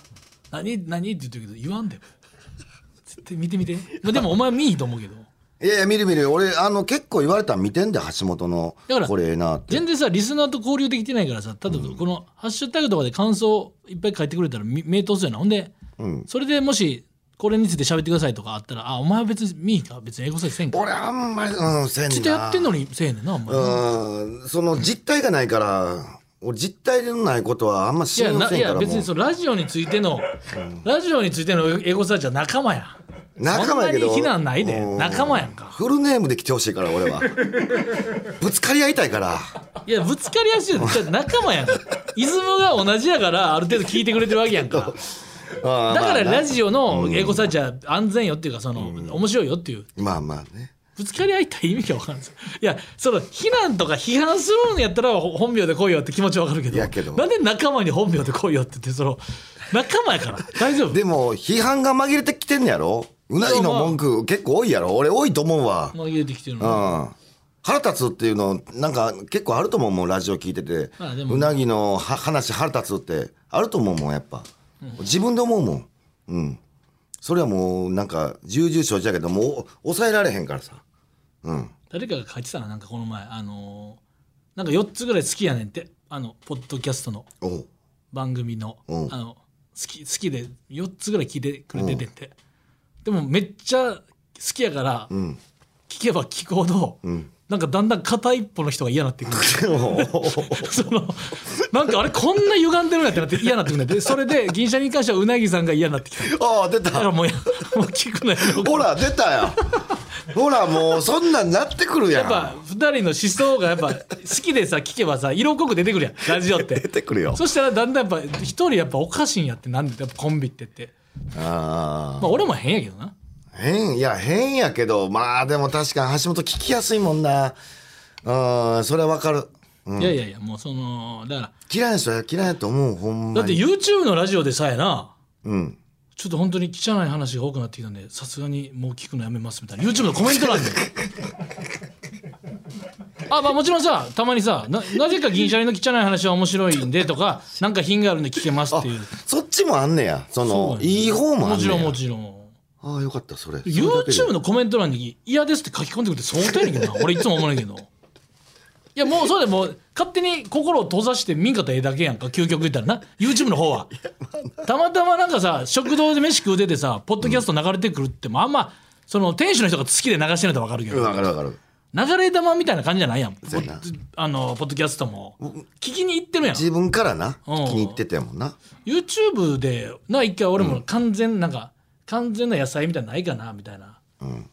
[SPEAKER 3] 何何って言ってるけど言わんで絶対見てみて、まあ、でもお前見いいと思うけど
[SPEAKER 4] いやいや見る見る俺あの結構言われたら見てんで橋本の
[SPEAKER 3] だから
[SPEAKER 4] これええなって
[SPEAKER 3] 全然さリスナーと交流できてないからさ例えばこのハッシュタグとかで感想いっぱい書いてくれたらみ目通すよなほんで、
[SPEAKER 4] うん
[SPEAKER 3] それでもしこれについて喋ってくださいとかあったらあお前は別に見いか別に英語さえせんか
[SPEAKER 4] 俺あんまりうんせんな
[SPEAKER 3] ずっとやってんのにせえねんなお前
[SPEAKER 4] うんその実体がないから俺実体のないことはあんま
[SPEAKER 3] い
[SPEAKER 4] 信
[SPEAKER 3] や
[SPEAKER 4] 用
[SPEAKER 3] な
[SPEAKER 4] せ
[SPEAKER 3] い
[SPEAKER 4] んか
[SPEAKER 3] や
[SPEAKER 4] らもう
[SPEAKER 3] 別にそのラジオについての、ラジオについてのエゴサーチは仲間や
[SPEAKER 4] 仲間やけど
[SPEAKER 3] そんなに非難ないで
[SPEAKER 4] うん
[SPEAKER 3] 仲間やんか
[SPEAKER 4] フルネームで来てほしいから俺はぶつかり合いたいから
[SPEAKER 3] いやぶつかりやすい
[SPEAKER 4] [LAUGHS]
[SPEAKER 3] よじゃあ仲間やんかイズムが同じやからある程度聞いてくれてるわけやんか
[SPEAKER 4] だか
[SPEAKER 3] だからラ
[SPEAKER 4] ジ
[SPEAKER 3] ジオのエゴサーチは安全よっていうかその面白いよっていう
[SPEAKER 4] まあまあね
[SPEAKER 3] ぶつかり合いたい意味が分からんですいやその非難とか批判するんやったらほ本名で来いよって気持ち分かるけど
[SPEAKER 4] いやけど
[SPEAKER 3] なんで仲間に本名で来いよって言ってその仲間やから大丈夫
[SPEAKER 4] でも批判が紛れてきてんやろうなぎの文句結構多いやろ俺多いと思うわ
[SPEAKER 3] 紛れてきてる
[SPEAKER 4] う
[SPEAKER 3] の
[SPEAKER 4] ん腹立つっていうのなんか結構あると思うもんラジオ聞いてて
[SPEAKER 3] あでも
[SPEAKER 4] うなぎのは話腹立つってあると思うもんやっぱ自分で思うもんうんそれはもうなんか重々承知やけどもう抑えられへんからさうん
[SPEAKER 3] 誰かが書いてたななんかこの前あのーなんか4つぐらい好きやねんってあのポッドキャストの
[SPEAKER 4] [LAUGHS] おう
[SPEAKER 3] 番組の,、
[SPEAKER 4] うん
[SPEAKER 3] あの好き好きで4つぐらい聞いてくれててって、でもめっちゃ好きやから、
[SPEAKER 4] ん
[SPEAKER 3] 聞けば聞くほど、なんかだんだん片一歩の人が嫌に
[SPEAKER 4] [LAUGHS]
[SPEAKER 3] なってくる [LAUGHS] そのなんかあれこんな歪んでるんやってなって嫌になってくるんだってそ
[SPEAKER 4] [LAUGHS]
[SPEAKER 3] れで銀シャリに関してはうなぎさんが嫌になってきただ
[SPEAKER 4] ああ出
[SPEAKER 3] か
[SPEAKER 4] た
[SPEAKER 3] らもうや [LAUGHS] もう聞くのやめよう
[SPEAKER 4] ほら出たよほらもうそんなんなってくるやん
[SPEAKER 3] やっぱ2人の思想がやっぱ好きでさ聞けばさ色濃く出てくるやんラジオって
[SPEAKER 4] 出てくるよ
[SPEAKER 3] そしたらだんだんやっぱ一人やっぱおかしいんやってなんでやっぱコンビってって
[SPEAKER 4] ああ
[SPEAKER 3] まあ俺も変やけどな
[SPEAKER 4] 変いや変やけどまあでも確かに橋本聞きやすいもんなうんそれはわかる、うん
[SPEAKER 3] いやいやいやもうそのだか
[SPEAKER 4] 嫌いな人は嫌いやと思うほん
[SPEAKER 3] らだ
[SPEAKER 4] ま
[SPEAKER 3] って
[SPEAKER 4] に
[SPEAKER 3] YouTube のラジオでさえな
[SPEAKER 4] うん
[SPEAKER 3] ちょっと本当に汚い話が多くなってきたんでさすがにもう聞くのやめますみたいな YouTube のコメント欄であまあもちろんさたまにさななぜか銀シャリの汚い話は面白いんでとかなんか品があるんで聞けますっていう
[SPEAKER 4] そっちもあんねやその
[SPEAKER 3] そう
[SPEAKER 4] いい方もあんねや
[SPEAKER 3] もちろんもちろん
[SPEAKER 4] ああよかったそれ
[SPEAKER 3] YouTube
[SPEAKER 4] の
[SPEAKER 3] のコメント欄に「嫌です」って書き込んでくるって相当やねんけどな俺いつも思うねんけどいやもうそれでもう勝手に心を閉ざして見んかったらええだけやんか究極言ったらな YouTube の方はたまたまなんかさ食堂で飯食うててさポッドキャスト流れてくるってもあんまその店主の人が好きで流してると分かるけど
[SPEAKER 4] わかるわかる
[SPEAKER 3] 流れ玉みたいな感じじゃないやんポ
[SPEAKER 4] そうやな
[SPEAKER 3] ッあのポッドキャストも聞きに行ってるやん
[SPEAKER 4] 自分からな
[SPEAKER 3] うん
[SPEAKER 4] 聞きに入ってたやもんな
[SPEAKER 3] YouTube でな一回俺も完全なんか、完全な野菜みたいなのないかなみたいな、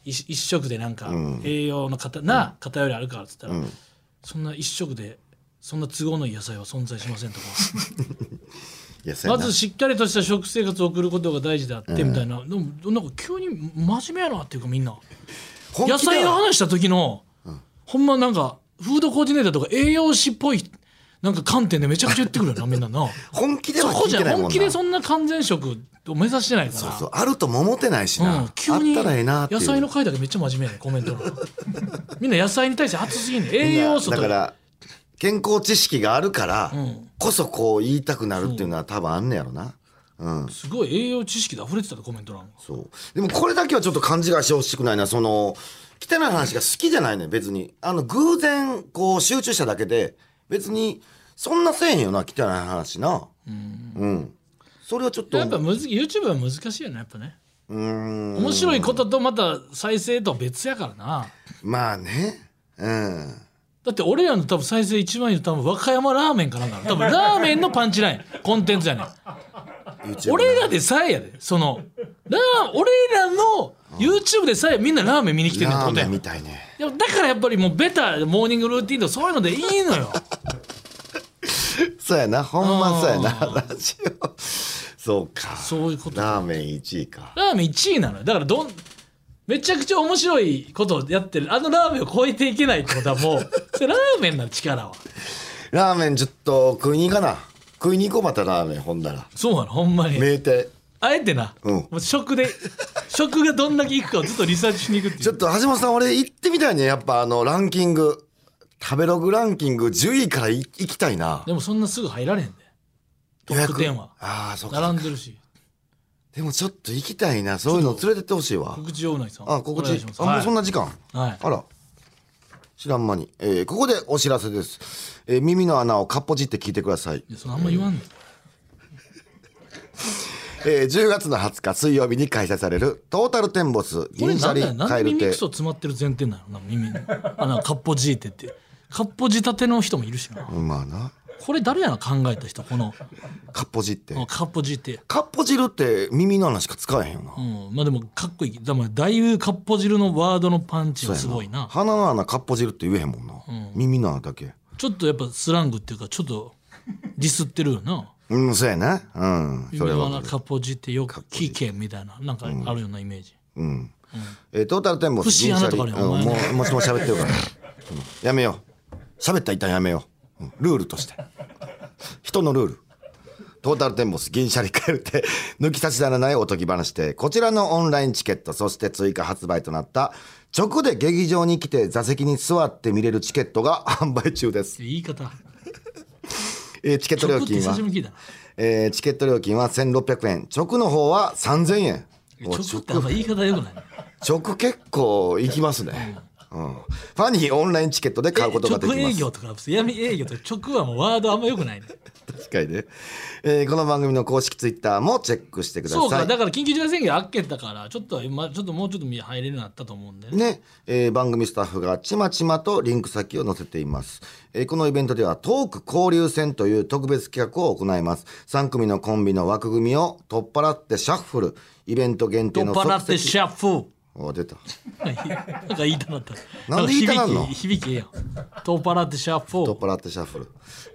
[SPEAKER 3] 一一食でなんか栄養の方、な偏りあるからっつったら、そんな一食でそんな都合のいい野菜は存在しません [LAUGHS] とか
[SPEAKER 4] いやそう
[SPEAKER 3] ま
[SPEAKER 4] やな
[SPEAKER 3] ずしっかりとした食生活を送ることが大事であってみたいな、でもなんか急に真面目やなっていうかみんな
[SPEAKER 4] 本
[SPEAKER 3] 野
[SPEAKER 4] 気で
[SPEAKER 3] 菜の
[SPEAKER 4] は
[SPEAKER 3] 話した時の、ほんまなんかフードコーディネーターとか栄養士っぽいなんか観点でめちゃくちゃ言ってくるよなみんなな。
[SPEAKER 4] 本気で
[SPEAKER 3] そ
[SPEAKER 4] は
[SPEAKER 3] こ
[SPEAKER 4] 聞い
[SPEAKER 3] じゃ
[SPEAKER 4] てないもんな
[SPEAKER 3] 本気でそんな完全食を目指してないから
[SPEAKER 4] そうそうあるとも思ってないしな、
[SPEAKER 3] うん、急に
[SPEAKER 4] あったらええなっていう
[SPEAKER 3] 野菜の回だけめっちゃ真面目やねコメントのみんな野菜に対して熱すぎんねん栄養素
[SPEAKER 4] だ
[SPEAKER 3] と
[SPEAKER 4] から健康知識があるから
[SPEAKER 3] ん
[SPEAKER 4] こそこう言いたくなるっていうのは多分あんねやろなうん
[SPEAKER 3] すごい栄養知識で溢れてたでコメント欄
[SPEAKER 4] そうでもこれだけはちょっと勘違いしてほしくないなその汚い話が好きじゃないねん別にあの偶然こう集中しただけで別にそんなせえへんよな汚い話なうん、それはちょっと
[SPEAKER 3] やっぱむず YouTube は難しいよねやっぱね
[SPEAKER 4] うーん
[SPEAKER 3] 面白いこととまた再生とは別やからな
[SPEAKER 4] まあねうん
[SPEAKER 3] だって俺らの多分再生一番いいの多分和歌山ラーメンかなんかな多分ラーメンのパンチラインコンテンツやねん
[SPEAKER 4] YouTube
[SPEAKER 3] 俺らでさえやでそのラー俺らの YouTube でさえみんなラーメン見に来てんねんっ
[SPEAKER 4] ラ
[SPEAKER 3] て
[SPEAKER 4] ー
[SPEAKER 3] こと
[SPEAKER 4] メ
[SPEAKER 3] やん
[SPEAKER 4] ンみたいね
[SPEAKER 3] でもだからやっぱりもうベタモーニングルーティンとかそういうのでいい
[SPEAKER 4] [LAUGHS]
[SPEAKER 3] のよ
[SPEAKER 4] そうやなほんまそうやな
[SPEAKER 3] う
[SPEAKER 4] ラジオそうか
[SPEAKER 3] そういうこと
[SPEAKER 4] ラーメン1位か
[SPEAKER 3] ラーメン1位なのよだからどんめちゃくちゃ面白いことをやってるあのラーメンを超えていけないってことはも
[SPEAKER 4] [LAUGHS]
[SPEAKER 3] うそれラーメンの力は
[SPEAKER 4] ラーメンちょっと食いに行かな食いに行こうまたラーメンほんなら
[SPEAKER 3] そうなのほんまに
[SPEAKER 4] 名店
[SPEAKER 3] あえてな、
[SPEAKER 4] うん
[SPEAKER 3] もう
[SPEAKER 4] [LAUGHS]
[SPEAKER 3] 食で食がどんだけいくかをずっとリサーチしに行くってい
[SPEAKER 4] ちょ
[SPEAKER 3] う
[SPEAKER 4] っと橋本さん俺行ってみたいねやっぱあのランキング食べログランキング10位からい行きたいな
[SPEAKER 3] でもそんなすぐ入られへんでトップ10は
[SPEAKER 4] ああそうか
[SPEAKER 3] 並んでるし
[SPEAKER 4] でもちょっと行きたいなそういうの連れてってほしいわ
[SPEAKER 3] 告知をうないさん
[SPEAKER 4] あここ
[SPEAKER 3] お願
[SPEAKER 4] ち
[SPEAKER 3] いします
[SPEAKER 4] あもうそんな時間、
[SPEAKER 3] はい、はい
[SPEAKER 4] あら知らん間に、えーここでお知らせです、えー耳の穴をかっぽじって聞いてください
[SPEAKER 3] いやそのあんま言わんねん
[SPEAKER 4] えー10月の20日水曜日に開催されるトータルテンボス
[SPEAKER 3] これ
[SPEAKER 4] 銀シャ
[SPEAKER 3] なんだ
[SPEAKER 4] リ
[SPEAKER 3] よなんで
[SPEAKER 4] 蛙
[SPEAKER 3] 耳
[SPEAKER 4] 亭
[SPEAKER 3] クソ詰まってる前提なのな耳にあなんかかっぽじいてってかっぽじたての人もいるしな
[SPEAKER 4] まあな
[SPEAKER 3] これ誰やな考えた人この
[SPEAKER 4] かっぽじって
[SPEAKER 3] このカッポジって。
[SPEAKER 4] かっぽ汁って耳の穴しか使えへんよな、
[SPEAKER 3] うん、まあでもかっこいいでもだいぶかっぽ汁のワードのパンチはすごいな
[SPEAKER 4] 鼻の穴かっぽ汁って言えへんもんな、耳の穴だけ
[SPEAKER 3] ちょっとやっぱスラングっていうかちょっとディスってるよな
[SPEAKER 4] うんそうやなうんそれ
[SPEAKER 3] 今
[SPEAKER 4] は
[SPEAKER 3] のかっぽじってよく聞けみたいななんかあるようなイメージ、
[SPEAKER 4] うん、えートータルテンボス
[SPEAKER 3] 節穴とかあるよ
[SPEAKER 4] 銀シャリうんも
[SPEAKER 3] お前
[SPEAKER 4] うもうもう喋ってるから、うんやめよう喋ったら一旦やめよう、うんルールとして人のルールトータルテンボス銀シャリカエルテ抜き差しならないおとぎ話でこちらのオンラインチケットそして追加発売となった直で劇場に来て座席に座って見れるチケットが販売中です、
[SPEAKER 3] 言い方
[SPEAKER 4] えーチケット料
[SPEAKER 3] 曲って
[SPEAKER 4] 金
[SPEAKER 3] 久
[SPEAKER 4] は
[SPEAKER 3] しぶりに聞いたな
[SPEAKER 4] えーチケット料金は1600円直の方は3000円お
[SPEAKER 3] 曲ってあんま言い方よくない
[SPEAKER 4] 直結構行きますね、うん、ファニーオンラインチケットで買うことができ
[SPEAKER 3] 直
[SPEAKER 4] ま
[SPEAKER 3] 営
[SPEAKER 4] す
[SPEAKER 3] 業とか闇営業とか直はもうワードあんまよくないね
[SPEAKER 4] 確かにね、えーこの番組の公式ツイッターもチェックしてください
[SPEAKER 3] そうかだから緊急事態宣言あっけたからちょっと,、ま、ちょっともうちょっと見入れるようになったと思うんでね
[SPEAKER 4] ね、えー番組スタッフがちまちまとリンク先を載せています、えーこのイベントではトーク交流戦という特別企画を行います3組のコンビの枠組みを取っ払ってシャッフルイベント限定
[SPEAKER 3] 取っ
[SPEAKER 4] の
[SPEAKER 3] 払ってシャッフー
[SPEAKER 4] お出た
[SPEAKER 3] なんか言いたなった。
[SPEAKER 4] なんで言いたなんの
[SPEAKER 3] か響き響きええやん。トーパラってシャッフ
[SPEAKER 4] 取っ
[SPEAKER 3] ォー。
[SPEAKER 4] 払ってシャッフル